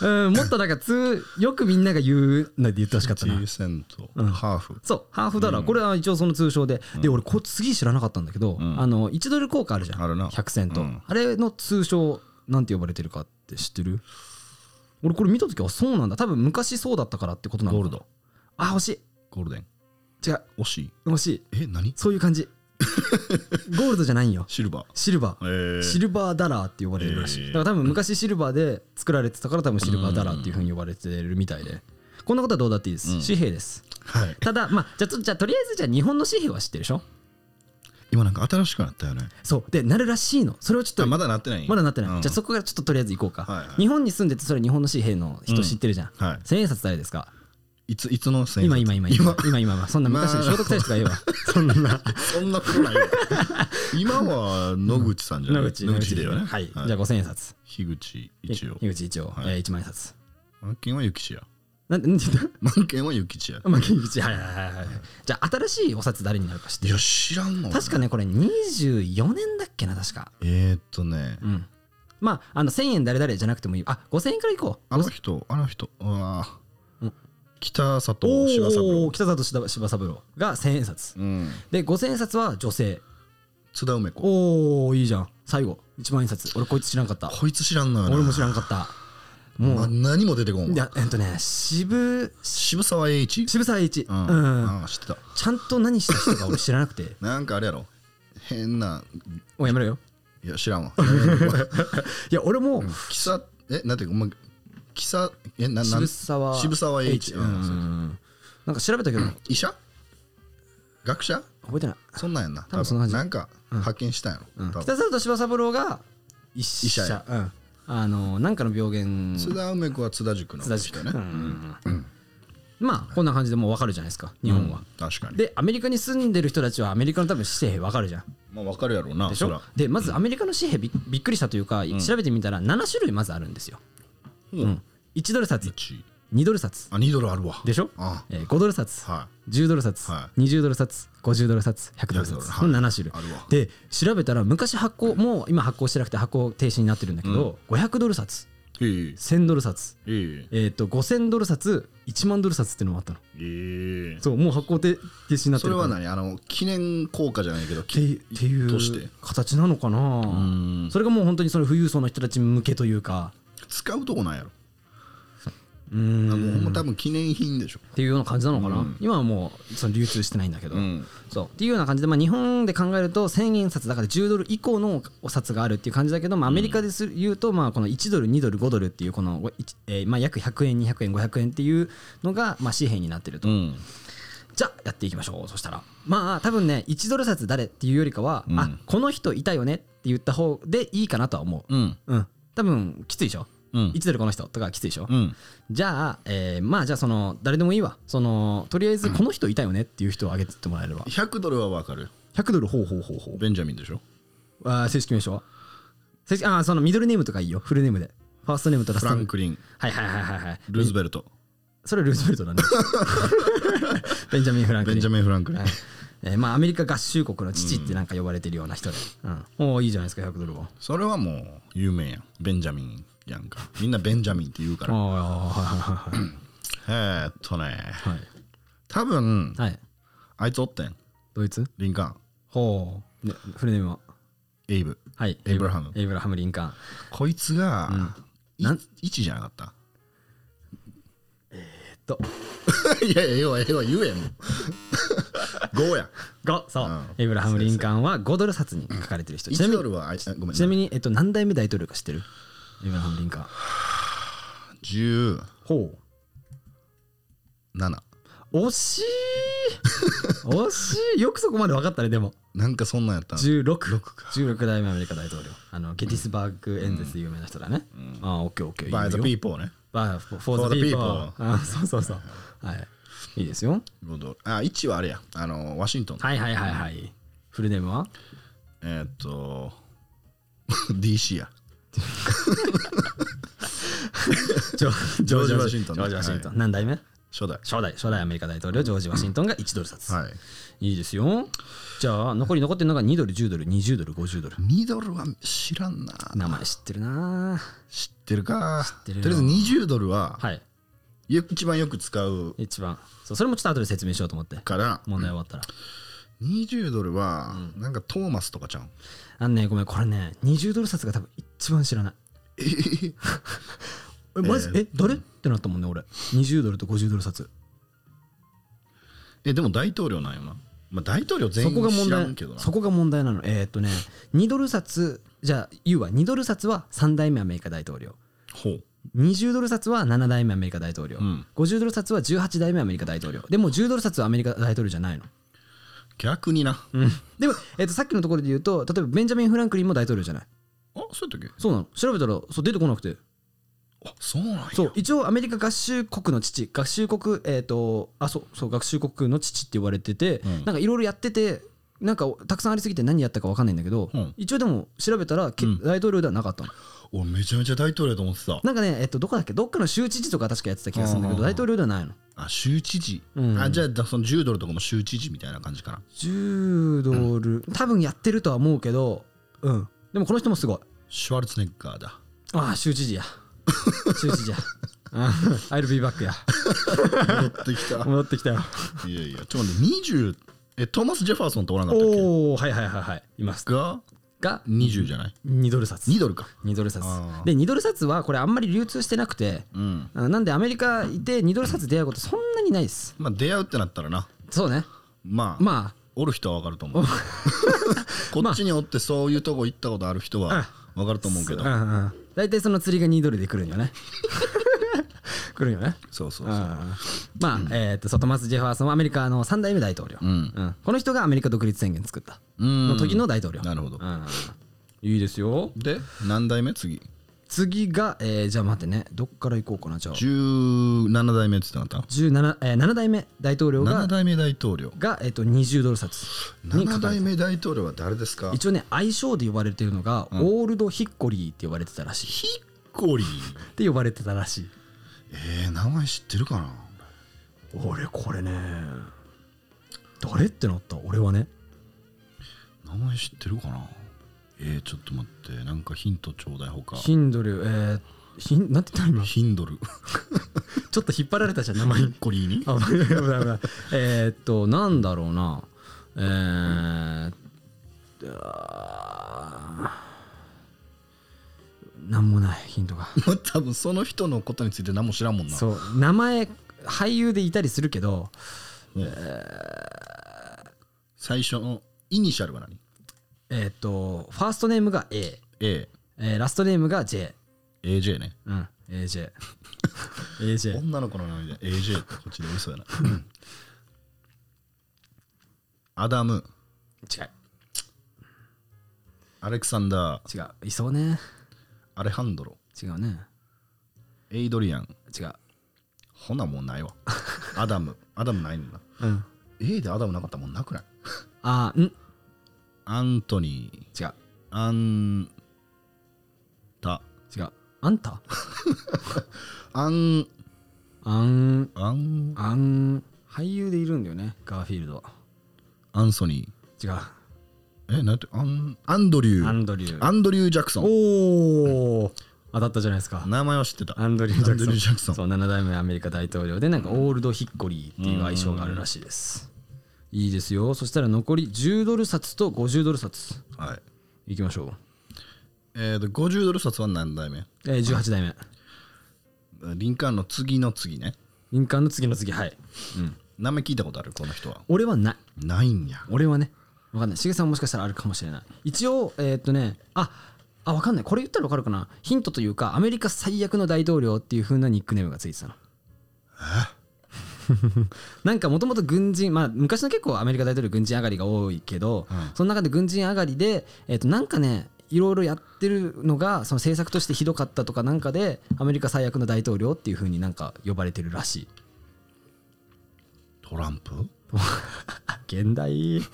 [SPEAKER 1] うんもっとなんか通よくみんなが言うので言ってほしかったな
[SPEAKER 2] ー10セント、
[SPEAKER 1] うん
[SPEAKER 2] ハーフ
[SPEAKER 1] そうハーフダラー、
[SPEAKER 2] うん
[SPEAKER 1] これは一応その通称で、
[SPEAKER 2] うん
[SPEAKER 1] で俺こ次知らなかったんだけど、
[SPEAKER 2] うん
[SPEAKER 1] あの1ドル効果あるじゃん
[SPEAKER 2] あるな
[SPEAKER 1] 100セント、
[SPEAKER 2] うん
[SPEAKER 1] あれの通称なんて呼ばれてるかって知ってる俺これ見た時はそうなんだ多分昔そうだったからってことなのかな
[SPEAKER 2] ゴール
[SPEAKER 1] あ欲し
[SPEAKER 2] ゴールデン
[SPEAKER 1] い違う
[SPEAKER 2] 惜しい
[SPEAKER 1] 欲しい
[SPEAKER 2] え何
[SPEAKER 1] そういう感じゴールドじゃないんよ
[SPEAKER 2] シルバ
[SPEAKER 1] シルバー
[SPEAKER 2] ーえー、
[SPEAKER 1] シルバーダラーって呼ばれるらしい、
[SPEAKER 2] えー
[SPEAKER 1] だから多分昔シルバーで作られてたから多分シルバーダラーっていうふうに呼ばれてるみたいで、こんなことはどうだっていいです、
[SPEAKER 2] うん
[SPEAKER 1] 紙幣です
[SPEAKER 2] はい
[SPEAKER 1] ただまあじゃあちょっとじゃあとりあえずじゃあ日本の紙幣は知ってるでしょ
[SPEAKER 2] 今なんか新しくなったよね
[SPEAKER 1] そうでなるらしいのそれをちょっと
[SPEAKER 2] あま
[SPEAKER 1] ま
[SPEAKER 2] だなってない
[SPEAKER 1] だなってない、
[SPEAKER 2] うん
[SPEAKER 1] じゃあそこからちょっととりあえず行こうか、
[SPEAKER 2] はいはい
[SPEAKER 1] 日本に住んでてそれ日本の紙幣の人知ってるじゃん、
[SPEAKER 2] は
[SPEAKER 1] 千円札誰ですか
[SPEAKER 2] いいついつの千円
[SPEAKER 1] 今
[SPEAKER 2] 札
[SPEAKER 1] 今今今今今今そんな昔
[SPEAKER 2] ま
[SPEAKER 1] の
[SPEAKER 2] あ
[SPEAKER 1] 聖徳太子とか言えばそんな
[SPEAKER 2] そんなことないよ今は野口さんじゃな
[SPEAKER 1] 野
[SPEAKER 2] い
[SPEAKER 1] 口
[SPEAKER 2] 野口だよね
[SPEAKER 1] はい、
[SPEAKER 2] はい
[SPEAKER 1] じゃあ五千円札
[SPEAKER 2] 樋口一応
[SPEAKER 1] 樋口一応、
[SPEAKER 2] はい
[SPEAKER 1] えー、一万円札
[SPEAKER 2] 満県は幸千や
[SPEAKER 1] なんなんて言った
[SPEAKER 2] 満県は幸千や
[SPEAKER 1] まあ、金口はいはいはいはい。じゃあ、新しいお札誰になるか知って
[SPEAKER 2] い
[SPEAKER 1] る
[SPEAKER 2] や知らんの
[SPEAKER 1] 確かね、これ24年だっけな、確か。
[SPEAKER 2] えー、っとね
[SPEAKER 1] うん。まあ、あの、1000円誰々じゃなくてもいい。あ、5000円からいこう。
[SPEAKER 2] あの人あの人うわー
[SPEAKER 1] うん
[SPEAKER 2] 北里
[SPEAKER 1] お
[SPEAKER 2] 柴三
[SPEAKER 1] ー
[SPEAKER 2] 郎
[SPEAKER 1] 北里柴柴三郎が1000円札。
[SPEAKER 2] うん
[SPEAKER 1] で、5000円札は女性。
[SPEAKER 2] 津田梅子
[SPEAKER 1] おー、いいじゃん。最後、1万円札。俺、こいつ知らんかった。
[SPEAKER 2] こいつ知らんのよな
[SPEAKER 1] 俺も知らんかった。も
[SPEAKER 2] ま
[SPEAKER 1] う、
[SPEAKER 2] 何も出てこん
[SPEAKER 1] い
[SPEAKER 2] わ
[SPEAKER 1] や、えっとね、渋、
[SPEAKER 2] 渋沢栄一
[SPEAKER 1] 渋沢栄一。
[SPEAKER 2] う
[SPEAKER 1] うんん。
[SPEAKER 2] あー知ってた
[SPEAKER 1] ちゃんと何した人か俺知らなくて。
[SPEAKER 2] なんかあれやろ変な
[SPEAKER 1] おい、やめろよ。
[SPEAKER 2] いや知らん わ
[SPEAKER 1] いや、俺も、
[SPEAKER 2] キサえなんていうかまキサえななん
[SPEAKER 1] 渋沢
[SPEAKER 2] 渋沢栄一
[SPEAKER 1] うんうんなんか調べたけど覚
[SPEAKER 2] 医者学者
[SPEAKER 1] えてない
[SPEAKER 2] そんなんやんな
[SPEAKER 1] 多分そんな感じ
[SPEAKER 2] なんか発見したんや
[SPEAKER 1] う
[SPEAKER 2] ろ
[SPEAKER 1] ん
[SPEAKER 2] 多
[SPEAKER 1] 北
[SPEAKER 2] 分
[SPEAKER 1] 里柴三郎が一社
[SPEAKER 2] 医者や
[SPEAKER 1] うんあのなんかの病原
[SPEAKER 2] 津田梅子は津田塾の
[SPEAKER 1] 津田
[SPEAKER 2] 人
[SPEAKER 1] 塾
[SPEAKER 2] ね
[SPEAKER 1] うんうんうんまあこんな感じでもう分かるじゃないですか日本は
[SPEAKER 2] 確かに
[SPEAKER 1] でアメリカに住んでる人たちはアメリカの多分紙幣分かるじゃん
[SPEAKER 2] まあわかるやろうな
[SPEAKER 1] でし
[SPEAKER 2] そ
[SPEAKER 1] ょ
[SPEAKER 2] ら
[SPEAKER 1] でまずアメリカの紙幣びびっくりしたというか調べてみたら7種類まずあるんですよ
[SPEAKER 2] うん
[SPEAKER 1] うん1ドル札
[SPEAKER 2] 1
[SPEAKER 1] 2ドル札
[SPEAKER 2] あ2ドルあるわ
[SPEAKER 1] でしょ
[SPEAKER 2] あ
[SPEAKER 1] えー5ドル札
[SPEAKER 2] は
[SPEAKER 1] 10ドル札、
[SPEAKER 2] は
[SPEAKER 1] 20ドル札、50ドル札、100ドル
[SPEAKER 2] 100ドル
[SPEAKER 1] 札、
[SPEAKER 2] はい
[SPEAKER 1] この7種類
[SPEAKER 2] あるわ
[SPEAKER 1] で調べたら昔発行もう今発行してなくて発行停止になってるんだけど、500ドル札
[SPEAKER 2] いえ
[SPEAKER 1] 1000ドル札、
[SPEAKER 2] ええ
[SPEAKER 1] えー、と5000ドル札1万ドル札っていうのもあったの
[SPEAKER 2] えええ
[SPEAKER 1] そうもう発行て停止になって
[SPEAKER 2] そ
[SPEAKER 1] る
[SPEAKER 2] れ
[SPEAKER 1] から
[SPEAKER 2] は何あの記念効果じゃないけど
[SPEAKER 1] っていってい
[SPEAKER 2] として
[SPEAKER 1] う形なのかなそれがもう本当にその富裕層の人たち向けというか
[SPEAKER 2] 使うとこなんやろ
[SPEAKER 1] うーん
[SPEAKER 2] あもうほんま多分記念品でしょ
[SPEAKER 1] っていうような感じなのかな、
[SPEAKER 2] うん
[SPEAKER 1] 今はもうその流通してないんだけど、
[SPEAKER 2] ん
[SPEAKER 1] そうっていうような感じで、まあ、日本で考えると1000円札だから10ドル以降のお札があるっていう感じだけど、まあ、アメリカです言うと、まあ、この1ドル2ドル5ドルっていうこの、いちえーまあ、約100円200円500円っていうのが、まあ、紙幣になってると、
[SPEAKER 2] ん
[SPEAKER 1] じゃあやっていきましょうそしたらまあ多分ね1ドル札誰っていうよりかは、
[SPEAKER 2] うん
[SPEAKER 1] あこの人いたよねって言った方でいいかなとは思
[SPEAKER 2] うん
[SPEAKER 1] ううん多分きついでしょ
[SPEAKER 2] うん
[SPEAKER 1] 1ドルこの人とかきついでしょ、
[SPEAKER 2] うん
[SPEAKER 1] じゃあ、えーまあじゃあその誰でもいいわそのとりあえずこの人いたよねっていう人を挙げてってもらえれば
[SPEAKER 2] 100ドルはわかる
[SPEAKER 1] 100ドルほうほうほうほう
[SPEAKER 2] ベンジャミンでしょ
[SPEAKER 1] あー正式名称は正式あーそのミドルネームとかいいよフルネームでファーストネームとラス
[SPEAKER 2] フ
[SPEAKER 1] ト
[SPEAKER 2] ラ
[SPEAKER 1] ネ
[SPEAKER 2] ン
[SPEAKER 1] ーム
[SPEAKER 2] クリン
[SPEAKER 1] はいはいはいはいはい
[SPEAKER 2] ルーズベルト
[SPEAKER 1] それルーズベルトだねベンジャミン・フランク
[SPEAKER 2] ベ
[SPEAKER 1] リ
[SPEAKER 2] ン
[SPEAKER 1] ン
[SPEAKER 2] ジャミン・フランクリン
[SPEAKER 1] はいえーまあ、アメリカ合衆国の父ってなんか呼ばれてるような人で、うんおおいいじゃないですか100ドルを
[SPEAKER 2] それはもう有名やんベンジャミンやんかみんなベンジャミンって言うか
[SPEAKER 1] あ
[SPEAKER 2] ら
[SPEAKER 1] あはい
[SPEAKER 2] えーっとね
[SPEAKER 1] はいはい
[SPEAKER 2] 多分
[SPEAKER 1] はいはい
[SPEAKER 2] あいつおってん
[SPEAKER 1] ドイツ
[SPEAKER 2] リンカーン
[SPEAKER 1] ほう、ね、フルネームは
[SPEAKER 2] エイブ
[SPEAKER 1] はい
[SPEAKER 2] エイブラハム
[SPEAKER 1] エイブラハム・リンカーン
[SPEAKER 2] こいつが、い
[SPEAKER 1] なん
[SPEAKER 2] 一じゃなかった
[SPEAKER 1] えっと
[SPEAKER 2] いやいやええわええわ言えん もう5や
[SPEAKER 1] 5そう、
[SPEAKER 2] うん
[SPEAKER 1] エイブラハム・リンカーンは5ドル札に書かれてる人ちな
[SPEAKER 2] 1
[SPEAKER 1] み
[SPEAKER 2] ド
[SPEAKER 1] に
[SPEAKER 2] ルはあいあごめん
[SPEAKER 1] ちなみに、えっと、何代目大統領か知ってるエイブラハム・リンカーン
[SPEAKER 2] 17
[SPEAKER 1] ほう惜し い惜しいよくそこまで分かったねでも
[SPEAKER 2] なんかそんなんやったの
[SPEAKER 1] 1616代目アメリカ大統領あのゲティスバーグ演説で有名な人だね、ああオッケーオッケー
[SPEAKER 2] バイザピ
[SPEAKER 1] ー
[SPEAKER 2] ーポーね
[SPEAKER 1] バーフォ
[SPEAKER 2] for
[SPEAKER 1] ーザ
[SPEAKER 2] the
[SPEAKER 1] ピー
[SPEAKER 2] people
[SPEAKER 1] あそうそうそうはいいいですよ
[SPEAKER 2] 五ドルあ1はあれやあのワシントン
[SPEAKER 1] はいはいはいはいフルネームは
[SPEAKER 2] えーっと DC や
[SPEAKER 1] ジョ ジ
[SPEAKER 2] ョージワシントン
[SPEAKER 1] ジ
[SPEAKER 2] ね
[SPEAKER 1] ョージ・ワシントン何代目
[SPEAKER 2] 初代
[SPEAKER 1] 初代初代アメリカ大統領ジョージ・ワシントンが1ドル札、
[SPEAKER 2] はい
[SPEAKER 1] い、いですよじゃあ残り残ってるのが2ドル10ドル20ドル50ドル
[SPEAKER 2] 2ドルは知らんな
[SPEAKER 1] 名前知ってるな
[SPEAKER 2] 知ってるか
[SPEAKER 1] 知ってるよ
[SPEAKER 2] とりあえず20ドルは
[SPEAKER 1] はい
[SPEAKER 2] よ一番よく使う
[SPEAKER 1] 一番そうそれもちょっと後で説明しようと思って
[SPEAKER 2] から
[SPEAKER 1] 問題終わったら、
[SPEAKER 2] 20ドルはなんかトーマスとかちゃうん
[SPEAKER 1] あのねごめんこれね20ドル札が多分一番知らないえマジ
[SPEAKER 2] え
[SPEAKER 1] え誰ってなったもんね俺20ドルと50ドル札
[SPEAKER 2] えでも大統領なんよなまあ大統領全
[SPEAKER 1] そこが
[SPEAKER 2] 員
[SPEAKER 1] 問
[SPEAKER 2] 知ら
[SPEAKER 1] 題
[SPEAKER 2] んけどな
[SPEAKER 1] そこが問題なのえーっとね2ドル札じゃあ U は2ドル札は3代目アメリカ大統領
[SPEAKER 2] ほう
[SPEAKER 1] 20ドル札は7代目アメリカ大統領、
[SPEAKER 2] うん
[SPEAKER 1] 50ドル札は18代目アメリカ大統領でも10ドル札はアメリカ大統領じゃないの
[SPEAKER 2] 逆にな
[SPEAKER 1] でも、えーっとさっきのところで言うと例えばベンジャミン・フランクリンも大統領じゃない
[SPEAKER 2] あそうやったっけ
[SPEAKER 1] そうなの調べたらそう出てこなくて
[SPEAKER 2] あそうなんや
[SPEAKER 1] そう一応アメリカ合衆国の父合衆国えっ、とあそうそう学習国の父って言われてて、
[SPEAKER 2] うん
[SPEAKER 1] なんかいろいろやっててなんかたくさんありすぎて何やったか分かんないんだけど、
[SPEAKER 2] うん
[SPEAKER 1] 一応でも調べたら、け
[SPEAKER 2] うん
[SPEAKER 1] 大統領ではなかったの
[SPEAKER 2] 俺めちゃめちゃ大統領やと思ってた
[SPEAKER 1] なんかねえっ、とどこだっけどっかの州知事とか確かやってた気がするんだけ
[SPEAKER 2] あ
[SPEAKER 1] ど
[SPEAKER 2] ー
[SPEAKER 1] 大統領ではないの
[SPEAKER 2] あ州知事、
[SPEAKER 1] うん
[SPEAKER 2] あじゃあだその10ドルとかも州知事みたいな感じかな
[SPEAKER 1] 10ドル、多分やってるとは思うけどうんでもこの人もすごい
[SPEAKER 2] シュワルツェネッガーだ
[SPEAKER 1] ああ州 知事や州知事やアイルビーバックや
[SPEAKER 2] 戻ってき た
[SPEAKER 1] 戻ってきたよ
[SPEAKER 2] いやいやちょっと待って20えトーマス・ジェファーソンっておらんかったっけ
[SPEAKER 1] おおはいはいはいはいいます
[SPEAKER 2] が
[SPEAKER 1] が
[SPEAKER 2] 20じゃない
[SPEAKER 1] 2ドル札
[SPEAKER 2] 2ドルか
[SPEAKER 1] 2ドル札
[SPEAKER 2] あー
[SPEAKER 1] で2ドル札はこれあんまり流通してなくて
[SPEAKER 2] うん
[SPEAKER 1] あなんでアメリカ行って2ドル札出会うことそんなにないです
[SPEAKER 2] まあ出会うってなったらな
[SPEAKER 1] そうね
[SPEAKER 2] まあ、
[SPEAKER 1] ま
[SPEAKER 2] おる人はわかると 思うこっちにおってそういうとこ行ったことある人はわかると思うけど、
[SPEAKER 1] あうんうん大体その釣りが2ドルで来るんよね来るんよね
[SPEAKER 2] そうそう
[SPEAKER 1] うんう
[SPEAKER 2] そ
[SPEAKER 1] ん
[SPEAKER 2] う
[SPEAKER 1] まあえっとそうトマス・ジェファーソンはアメリカの3代目大統領
[SPEAKER 2] うん
[SPEAKER 1] うんこの人がアメリカ独立宣言作った
[SPEAKER 2] うん
[SPEAKER 1] の時の大統領
[SPEAKER 2] なるほど
[SPEAKER 1] うんいいですよ
[SPEAKER 2] で何代目次
[SPEAKER 1] 次がえーじゃあ待ってねどっから行こうかなじゃあ
[SPEAKER 2] 17代目って言ってなかっ
[SPEAKER 1] 17えー7代目大統
[SPEAKER 2] た
[SPEAKER 1] 領が
[SPEAKER 2] 7代目大統領
[SPEAKER 1] が、えっと20ドル札に書
[SPEAKER 2] 7
[SPEAKER 1] かれ
[SPEAKER 2] 代
[SPEAKER 1] て
[SPEAKER 2] 目大統領は誰ですか
[SPEAKER 1] 一応ね愛称で呼ばれてるのが、オールドヒッコリーって呼ばれてたらしい
[SPEAKER 2] ヒッコリー
[SPEAKER 1] って呼ばれてたらしい
[SPEAKER 2] えー、名前知ってるかな
[SPEAKER 1] 俺これね誰ってなった俺はね
[SPEAKER 2] 名前知ってるかなえー、ちょっと待ってなんかヒントちょうだいほか
[SPEAKER 1] ヒンドルえー、ヒンなんて言った今ち
[SPEAKER 2] ヒン ドル
[SPEAKER 1] ょっと引っ張られたじゃん名前
[SPEAKER 2] ヒッコリーに
[SPEAKER 1] あ危ない危ない危ない えーっとなんだろうなえーあーなんもないヒントが
[SPEAKER 2] まあ 多分その人のことについて何も知らんもんな
[SPEAKER 1] そう名前俳優でいたりするけど
[SPEAKER 2] 最初のイニシャルは何
[SPEAKER 1] えーっとファーストネームが A
[SPEAKER 2] A
[SPEAKER 1] えーラストネームが J。
[SPEAKER 2] AJ ね
[SPEAKER 1] うん、AJ。AJ。
[SPEAKER 2] 女の子の名前で AJ ってこっちで嘘やなアダム
[SPEAKER 1] 違う。
[SPEAKER 2] アレクサンダー
[SPEAKER 1] 違う。いそうね。
[SPEAKER 2] アレハンドロ
[SPEAKER 1] 違うね。
[SPEAKER 2] エイドリアン
[SPEAKER 1] 違う。
[SPEAKER 2] ほなもうないわアダムアダムないんだ
[SPEAKER 1] うん。
[SPEAKER 2] A でアダムなかったらもんなくない
[SPEAKER 1] あー、ん違
[SPEAKER 2] アントニー
[SPEAKER 1] う。
[SPEAKER 2] アンタ
[SPEAKER 1] 違う。あんた
[SPEAKER 2] アン
[SPEAKER 1] あん、
[SPEAKER 2] アン
[SPEAKER 1] あん、俳優でいるんだよね、ガーフィールドは。
[SPEAKER 2] アンソニ
[SPEAKER 1] 違う
[SPEAKER 2] ーえなんてアンアンドリュ
[SPEAKER 1] ア
[SPEAKER 2] ー
[SPEAKER 1] ンドリュー
[SPEAKER 2] アンドリュー・ジャクソン
[SPEAKER 1] おお当たったじゃないですか
[SPEAKER 2] 名前は知ってた
[SPEAKER 1] アンドリュー・ジ
[SPEAKER 2] ア
[SPEAKER 1] ャクソン
[SPEAKER 2] ンドリュージャクソン
[SPEAKER 1] そう7代目アメリカ大統領でなんかオールド・ヒッコリーっていう愛称があるらしいですいいですよそしたら残り10ドル札と50ドル札
[SPEAKER 2] はい
[SPEAKER 1] いきましょ
[SPEAKER 2] えー、と50ドル札は何代目
[SPEAKER 1] う、えー、18代目
[SPEAKER 2] リンカーンの次の次ね
[SPEAKER 1] 民間の次の次はい、うん、
[SPEAKER 2] 名前聞いたことあるこの人は
[SPEAKER 1] 俺はない
[SPEAKER 2] ないんや
[SPEAKER 1] 俺はねわかんないしげさんもしかしたらあるかもしれない一応えーっとねああわかんないこれ言ったらわかるかなヒントというかアメリカ最悪の大統領っていう風なニックネームがついてたの なんかもともと軍人、まあ、昔の結構アメリカ大統領軍人上がりが多いけど、
[SPEAKER 2] うん
[SPEAKER 1] その中で軍人上がりで、えっとなんかねいろいろやってるのがその政策としてひどかったとかなんかでアメリカ最悪の大統領っていう風になんか呼ばれてるらしい
[SPEAKER 2] トランプ
[SPEAKER 1] 現代現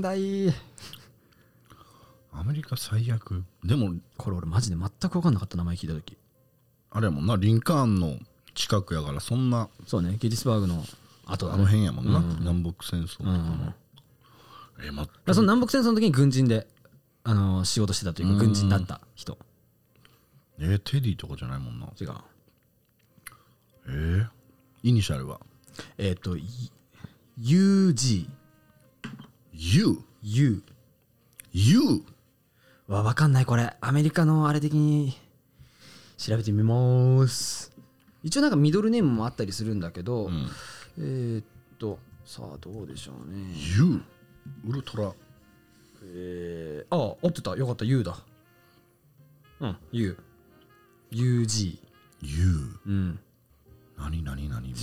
[SPEAKER 1] 代
[SPEAKER 2] アメリカ最悪でも
[SPEAKER 1] これ俺マジで全く分かんなかった名前聞いた時
[SPEAKER 2] あれやもんなリンカーンの近くやからそんな
[SPEAKER 1] そうねゲリスバーグの後
[SPEAKER 2] あ
[SPEAKER 1] だ
[SPEAKER 2] の
[SPEAKER 1] ね
[SPEAKER 2] 辺やもんな、
[SPEAKER 1] うん
[SPEAKER 2] 南北戦争とか
[SPEAKER 1] うんうんうん
[SPEAKER 2] も、えま
[SPEAKER 1] だからその南北戦争の時に軍人であの仕事してたというか
[SPEAKER 2] うん
[SPEAKER 1] 軍人だった人
[SPEAKER 2] えーテディとかじゃないもんな
[SPEAKER 1] 違う
[SPEAKER 2] えーイニシャルは
[SPEAKER 1] えっ、とい UGU
[SPEAKER 2] U U
[SPEAKER 1] は分かんないこれアメリカのあれ的に調べてみます一応なんかミドルネームもあったりするんだけど、
[SPEAKER 2] ん
[SPEAKER 1] えーっとさあどうでしょうね
[SPEAKER 2] U ウルトラ
[SPEAKER 1] えー、ああ合ってたよかった U だうん UUG
[SPEAKER 2] U
[SPEAKER 1] うん
[SPEAKER 2] 何何何、ま、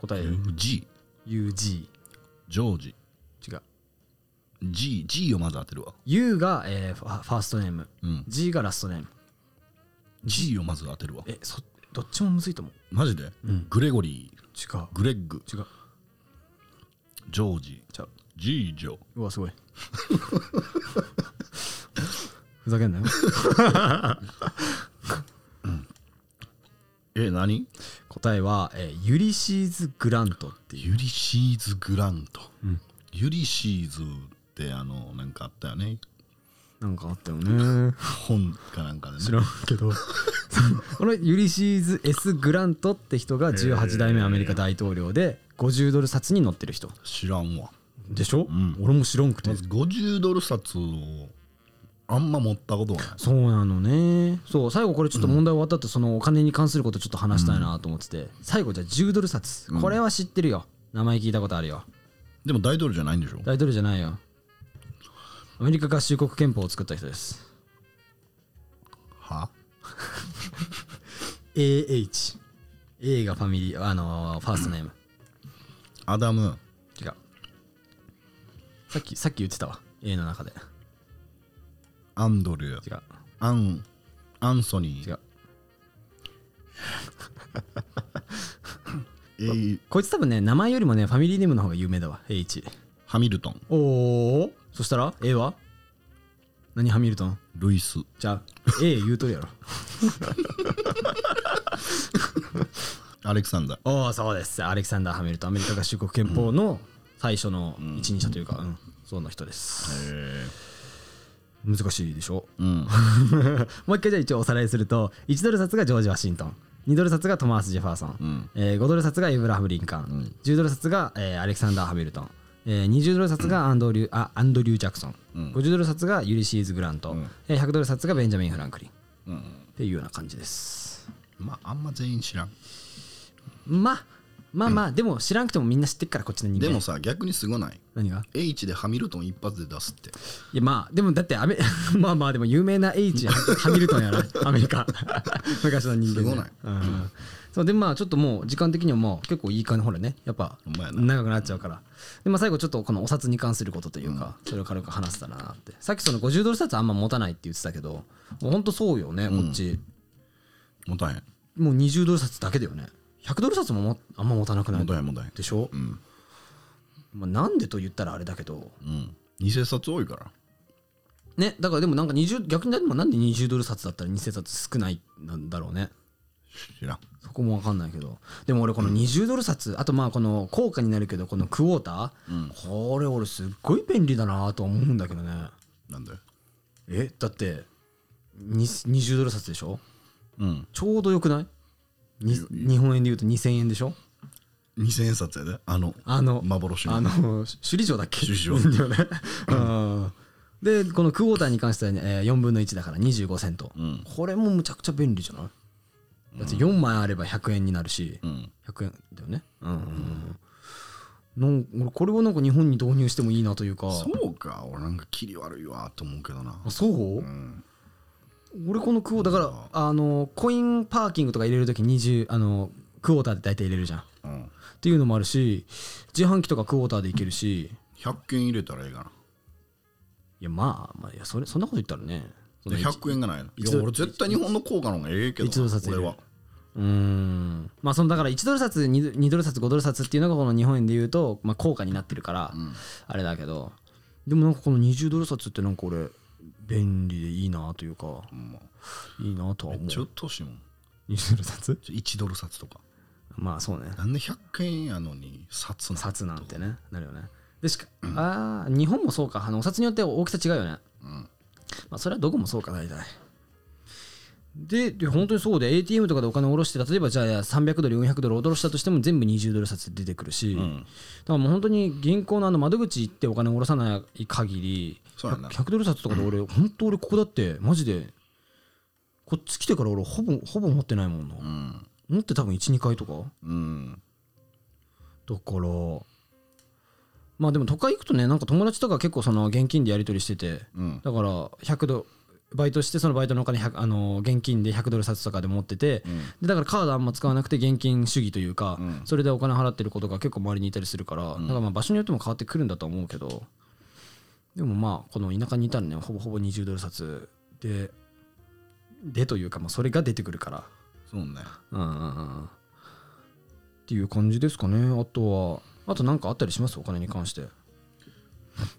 [SPEAKER 1] 答え
[SPEAKER 2] UG
[SPEAKER 1] UG
[SPEAKER 2] ジョージ
[SPEAKER 1] 違う
[SPEAKER 2] G G をまず当てるわ
[SPEAKER 1] U が、えーファファーストネーム
[SPEAKER 2] うん
[SPEAKER 1] G がラストネーム
[SPEAKER 2] G をまず当てるわ
[SPEAKER 1] えそどっちもむずいと思う
[SPEAKER 2] マジで、
[SPEAKER 1] うん
[SPEAKER 2] グレゴリー
[SPEAKER 1] 違う
[SPEAKER 2] グレッグ
[SPEAKER 1] 違う
[SPEAKER 2] ジョージ
[SPEAKER 1] ちゃう
[SPEAKER 2] G ジョ
[SPEAKER 1] うわすごいふざけんなよ
[SPEAKER 2] え何
[SPEAKER 1] 答えは、えーユリシーズ・グラントっていう
[SPEAKER 2] ユリシーズ・グラント、
[SPEAKER 1] うん
[SPEAKER 2] ユリシーズってあのなんかあったよね
[SPEAKER 1] なんかあったよね
[SPEAKER 2] 本かなんかでね
[SPEAKER 1] 知らんけど このユリシーズ・ S ・グラントって人が18代目アメリカ大統領で50ドル札に載ってる人
[SPEAKER 2] 知らんわ
[SPEAKER 1] でしょ、
[SPEAKER 2] ん
[SPEAKER 1] 俺も知らんくて
[SPEAKER 2] まず50ドル札をあんま持ったことがない
[SPEAKER 1] そうなのねそう最後これちょっと問題終わった後、そのお金に関することちょっと話したいなと思ってて、最後じゃあ10ドル札、これは知ってるよ名前聞いたことあるよ
[SPEAKER 2] でも大統領じゃないんでしょ
[SPEAKER 1] 大統領じゃないよアメリカ合衆国憲法を作った人です
[SPEAKER 2] は
[SPEAKER 1] AH A がファミリーあのーファーストネーム
[SPEAKER 2] アダム
[SPEAKER 1] 違うさっきさっき言ってたわ A の中で
[SPEAKER 2] アンドリュー
[SPEAKER 1] 違う
[SPEAKER 2] アンアンソニ
[SPEAKER 1] 違
[SPEAKER 2] ー
[SPEAKER 1] う
[SPEAKER 2] えー
[SPEAKER 1] こいつ多分ね名前よりもねファミリーネームの方が有名だわ H
[SPEAKER 2] ハミルトン
[SPEAKER 1] おおそしたら A は何ハミルトン
[SPEAKER 2] ルイス
[SPEAKER 1] じゃあ A 言うとるやろ
[SPEAKER 2] アレクサンダー
[SPEAKER 1] おおそうですアレキサンダー・ハミルトンアメリカ合衆国憲法の最初の一人者というか、うんその人です
[SPEAKER 2] え
[SPEAKER 1] 難しいでしょ
[SPEAKER 2] ー、うん
[SPEAKER 1] もう一回じゃあ一応おさらいすると1ドル札がジョージ・ワシントン2ドル札がトマース・ジェファーソン、
[SPEAKER 2] うん
[SPEAKER 1] えー5ドル札がエブラハム・リンカーン、
[SPEAKER 2] ん
[SPEAKER 1] 10ドル札が、えーアレキサンダー・ハミルトン、えー20ドル札がアンドリューあアンドリュー・ジャクソン、
[SPEAKER 2] うん
[SPEAKER 1] 50ドル札がユリシーズ・グラント、
[SPEAKER 2] うん
[SPEAKER 1] えー100ドル札がベンジャミン・フランクリンっ
[SPEAKER 2] うん
[SPEAKER 1] ていうような感じです
[SPEAKER 2] まああんま全員知らん
[SPEAKER 1] まあまあまあ、でも知らなくてもみんな知ってっからこっちの人間
[SPEAKER 2] でもさ逆にすごない
[SPEAKER 1] 何が
[SPEAKER 2] H でハミルトン一発で出すって
[SPEAKER 1] いやまあでもだってアメ まあまあでも有名な H ハミルトン やなアメリカ昔の人間ね
[SPEAKER 2] すごない
[SPEAKER 1] うん、そうでまあちょっともう時間的にももう結構いい感じほらねやっぱ
[SPEAKER 2] ほんまやな
[SPEAKER 1] 長くなっちゃうからでまあ最後ちょっとこのお札に関することというか、それを軽く話せたらなってさっきその50ドル札あんま持たないって言ってたけどもうほんとそうよねこっち、
[SPEAKER 2] 持たへん
[SPEAKER 1] もう20ドル札だけだよね100ドル札ももあんま持たなくない
[SPEAKER 2] 持たへん持たへん
[SPEAKER 1] でしょ、
[SPEAKER 2] うん
[SPEAKER 1] まあ、なんでと言ったらあれだけど
[SPEAKER 2] うん偽札多いから
[SPEAKER 1] ねだからでもなんか20逆にでもなんで20ドル札だったら偽札少ないなんだろうね
[SPEAKER 2] 知らん
[SPEAKER 1] そこも分かんないけどでも俺この20ドル札、あとまあこの効果になるけどこのクォーター、これ俺すっごい便利だなと思うんだけどね
[SPEAKER 2] なんだよ
[SPEAKER 1] えだってに20ドル札でしょ
[SPEAKER 2] うん
[SPEAKER 1] ちょうどよくないに日本円で言うと2000円でしょ
[SPEAKER 2] 2000円札やであの
[SPEAKER 1] あの
[SPEAKER 2] 幻の
[SPEAKER 1] あの首里城だっけ
[SPEAKER 2] 首里
[SPEAKER 1] だよねうんでこのクォーターに関しては、ねえー4分の1だから25セント、
[SPEAKER 2] うん
[SPEAKER 1] これもむちゃくちゃ便利じゃないだって4枚あれば100円になるし、
[SPEAKER 2] うん
[SPEAKER 1] 100円だよねうんうんうんなん俺これをなんか日本に導入してもいいなというか
[SPEAKER 2] そうか俺なんかキリ悪いわと思うけどな
[SPEAKER 1] あそう、
[SPEAKER 2] うん
[SPEAKER 1] 俺このクォーだからあのコインパーキングとか入れる時20あのクォーターで大体入れるじゃんっ
[SPEAKER 2] うん
[SPEAKER 1] ていうのもあるし自販機とかクォーターでいけるし
[SPEAKER 2] 100件入れたらええかない
[SPEAKER 1] やまあまあいやそれそんなこと言ったらねその
[SPEAKER 2] で100円がないのい
[SPEAKER 1] 一
[SPEAKER 2] や
[SPEAKER 1] 度
[SPEAKER 2] 俺絶対日本の効果の方がええけどな
[SPEAKER 1] 一度札入れ
[SPEAKER 2] 俺
[SPEAKER 1] る
[SPEAKER 2] は
[SPEAKER 1] うーんまあそのだから1ドル札 2, ドル札5ドル札っていうのがこの日本円で言うと、まあ、高価になってるから
[SPEAKER 2] うん
[SPEAKER 1] あれだけどでもなんかこの20ドル札ってなんか俺便利でいいなというか
[SPEAKER 2] ほんま
[SPEAKER 1] いいなとは
[SPEAKER 2] め
[SPEAKER 1] 思
[SPEAKER 2] っ
[SPEAKER 1] う
[SPEAKER 2] ちょっと欲しいもん
[SPEAKER 1] 20ドル札
[SPEAKER 2] ちょ1ドル札とか
[SPEAKER 1] まあそうね
[SPEAKER 2] なんで100円やのに札なの
[SPEAKER 1] 札なんてねなるよねでしかあー日本もそうかあのお札によって大きさ違うよね
[SPEAKER 2] うん
[SPEAKER 1] まあそれはどこもそうか大体でで本当にそうで ATM とかでお金を下ろして例えばじゃあ300ドル400ドル下ろしたとしても全部20ドル札で出てくるし、
[SPEAKER 2] うん
[SPEAKER 1] だからもう本当に銀行のあの窓口行ってお金を下ろさない限り
[SPEAKER 2] そうやな
[SPEAKER 1] 100, 100ドル札とかで俺、本当俺ここだってマジでこっち来てから俺ほぼほぼ持ってないもんな、
[SPEAKER 2] うん
[SPEAKER 1] 持って多分12回とか
[SPEAKER 2] うん
[SPEAKER 1] だからまあでも都会行くとねなんか友達とか結構その現金でやり取りしてて
[SPEAKER 2] うん
[SPEAKER 1] だから100ドバイトしてそのバイトのお金100あの現金で100ドル札とかで持ってて、
[SPEAKER 2] うん
[SPEAKER 1] でだからカードあんま使わなくて現金主義というか、
[SPEAKER 2] うん
[SPEAKER 1] それでお金払ってることが結構周りにいたりするから、だからまあ場所によっても変わってくるんだとは思うけどでもまあこの田舎にいたらねほぼほぼ20ドル札ででというか、まあ、それが出てくるから
[SPEAKER 2] そうね
[SPEAKER 1] うんうんうんうんっていう感じですかねあとはあと何かあったりしますお金に関して、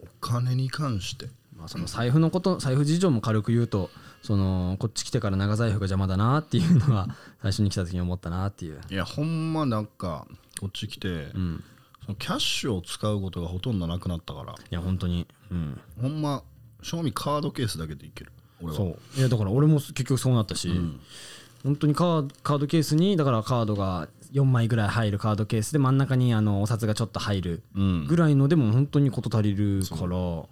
[SPEAKER 2] お金に関して
[SPEAKER 1] まあ、その財布のこと財布事情も軽く言うとそのこっち来てから長財布が邪魔だなっていう のは最初に来た時に思ったなっていう
[SPEAKER 2] いやほんまなんかこっち来て、
[SPEAKER 1] うん
[SPEAKER 2] そのキャッシュを使うことがほとんどなくなったから
[SPEAKER 1] いや本当にうん
[SPEAKER 2] ほんま賞味カードケースだけでいける俺は
[SPEAKER 1] そういやだから俺も結局そうなったし、
[SPEAKER 2] ん
[SPEAKER 1] 本当にカーカードケースにだからカードが4枚ぐらい入るカードケースで真ん中にあのお札がちょっと入る
[SPEAKER 2] うん
[SPEAKER 1] ぐらいのでも本当に事足りるから、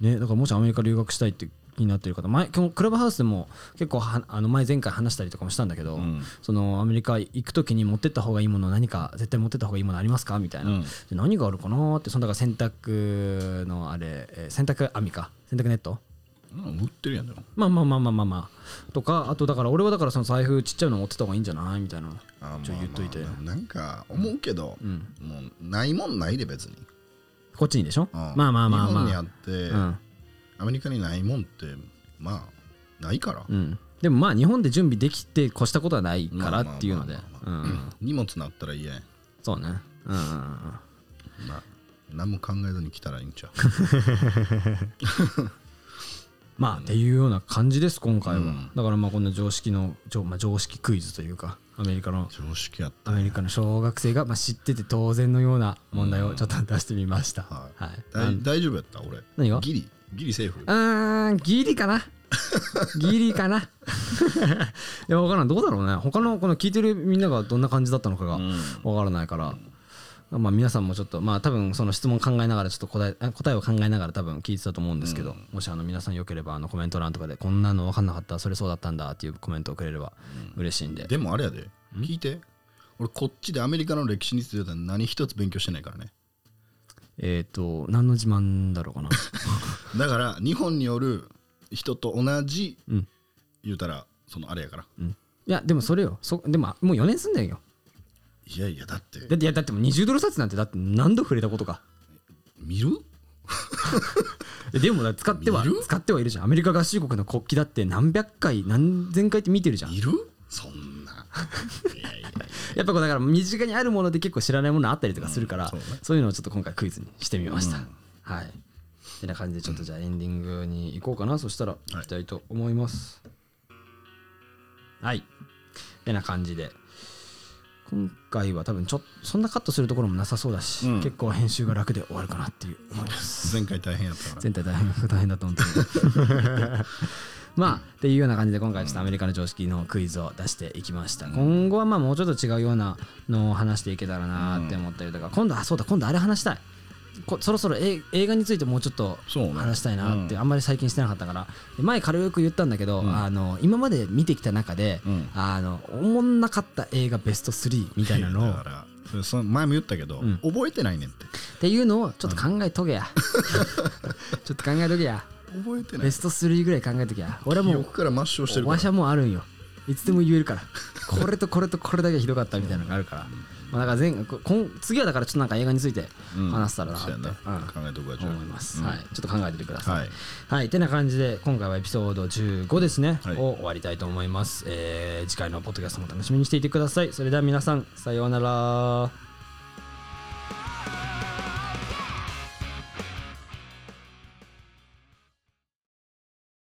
[SPEAKER 1] ね、だからもしアメリカ留学したいって気になってる方前今日クラブハウスでも結構はあの前前回話したりとかもしたんだけど、
[SPEAKER 2] ん
[SPEAKER 1] そのアメリカ行く時に持ってった方がいいもの何か絶対持ってった方がいいものありますかみたいな、
[SPEAKER 2] うん
[SPEAKER 1] で何があるかなってそのだから洗濯のあれえー洗濯網か洗濯ネット
[SPEAKER 2] うん売ってるやんでも
[SPEAKER 1] まあまあまあまあまあまあとかあとだから俺はだからその財布ちっちゃいの持ってた方がいいんじゃないみたいな
[SPEAKER 2] あ
[SPEAKER 1] ちょ言っといて
[SPEAKER 2] まあまあなんか思うけど、
[SPEAKER 1] ん
[SPEAKER 2] もうないもんないで別に、
[SPEAKER 1] こっちにでしょ、
[SPEAKER 2] うん
[SPEAKER 1] まあまあまあ
[SPEAKER 2] 日本に
[SPEAKER 1] ま
[SPEAKER 2] あ
[SPEAKER 1] あ
[SPEAKER 2] って、
[SPEAKER 1] うん
[SPEAKER 2] アメリカにないもんってまあないから、
[SPEAKER 1] うんでもまあ日本で準備できて越したことはないからっていうので
[SPEAKER 2] まあまあ
[SPEAKER 1] う
[SPEAKER 2] まあまあ
[SPEAKER 1] ん
[SPEAKER 2] 荷物なったら嫌やん
[SPEAKER 1] そうねうんうんうん
[SPEAKER 2] まあ何も考えずに来たらいいんちゃう
[SPEAKER 1] まあっていうような感じです今回は、
[SPEAKER 2] うん
[SPEAKER 1] だからまあこんな常識の常,、まあ、常識クイズというかアメリカの
[SPEAKER 2] 常識やっ
[SPEAKER 1] アメリカの小学生がまあ知ってて当然のような問題をちょっと出してみました、
[SPEAKER 2] は
[SPEAKER 1] はい、
[SPEAKER 2] た大大丈夫やった俺
[SPEAKER 1] 何が
[SPEAKER 2] ギリギリセーフ
[SPEAKER 1] うーん、ギリかな。ギリか な。いや、わからん。どうだろうね。他のこの聞いてるみんながどんな感じだったのかがわからないから。まあ皆さんもちょっとまあ多分その質問考えながらちょっと答え あ答えを考えながら多分聞いてたと思うんですけど、もしあの皆さんよければあのコメント欄とかでこんなの分かんなかったそれそうだったんだっていうコメントをくれれば嬉しいんで、
[SPEAKER 2] でもあれやで聞いて俺こっちでアメリカの歴史については何一つ勉強してないからね
[SPEAKER 1] えっ、と何の自慢だろう かな
[SPEAKER 2] だから日本による人と同じ、
[SPEAKER 1] うん
[SPEAKER 2] 言うたらそのあれやから
[SPEAKER 1] いやでもそれよそでももう4年住んでんよ
[SPEAKER 2] いやいやだって
[SPEAKER 1] だっていやだってもう20ドル札なんてだって何度触れたことか
[SPEAKER 2] 見る
[SPEAKER 1] ででもだ使っては
[SPEAKER 2] 見る
[SPEAKER 1] 使ってはいるじゃんアメリカ合衆国の国旗だって何百回何千回って見てるじゃん
[SPEAKER 2] いるそんないやいやいや
[SPEAKER 1] やっぱこうだから身近にあるもので結構知らないものあったりとかするから、
[SPEAKER 2] うん
[SPEAKER 1] そ
[SPEAKER 2] そううね
[SPEAKER 1] いうのをちょっと今回クイズにしてみました、
[SPEAKER 2] うん
[SPEAKER 1] はいてな感じでちょっとじゃあエンディングに行こうかなそしたら
[SPEAKER 2] い
[SPEAKER 1] 行きたいと思いますはい、えてな感じで今回は多分ちょそんなカットするところもなさそうだし、
[SPEAKER 2] うん
[SPEAKER 1] 結構編集が楽で終わるかなっていう思います
[SPEAKER 2] 前回大変やったな
[SPEAKER 1] 全体大変大変だ と思うんだけどまあっていうような感じで今回はちょっとアメリカの常識のクイズを出していきました、今後はまあもうちょっと違うようなのを話していけたらなーって思ったりとか、今度はそうだ今度あれ話したいこそろそろえ映画についてもうちょっと
[SPEAKER 2] そうね
[SPEAKER 1] 話したいなって
[SPEAKER 2] うん
[SPEAKER 1] あんまり最近してなかったからで前軽く言ったんだけど、
[SPEAKER 2] うん
[SPEAKER 1] あの今まで見てきた中で、
[SPEAKER 2] うん
[SPEAKER 1] あのおもんなかった映画ベスト3みたいなのを
[SPEAKER 2] だからそれその前も言ったけど、
[SPEAKER 1] うん
[SPEAKER 2] 覚えてないねんって
[SPEAKER 1] っていうのをちょっと考えと けやちょっと考えとけや
[SPEAKER 2] 覚えてない
[SPEAKER 1] ベスト3ぐらい考えときゃ俺はも
[SPEAKER 2] 記
[SPEAKER 1] う
[SPEAKER 2] 憶から抹消してるか
[SPEAKER 1] わ
[SPEAKER 2] ら
[SPEAKER 1] しはもうあるんよいつでも言えるからこれとこれとこれだけひどかったみたいなのがあるから、まあ、だから前ここん次はだからちょっとなんか映画について
[SPEAKER 2] うん
[SPEAKER 1] 話したらなって、
[SPEAKER 2] そうやな
[SPEAKER 1] うん
[SPEAKER 2] 考えとこうかじゃあ
[SPEAKER 1] 思います、
[SPEAKER 2] うん
[SPEAKER 1] はいちょっと考えててください
[SPEAKER 2] はい
[SPEAKER 1] はい、てな感じで今回はエピソード15ですね、
[SPEAKER 2] はい
[SPEAKER 1] を終わりたいと思います、えー次回のポッドキャストも楽しみにしていてくださいそれでは皆さんさようなら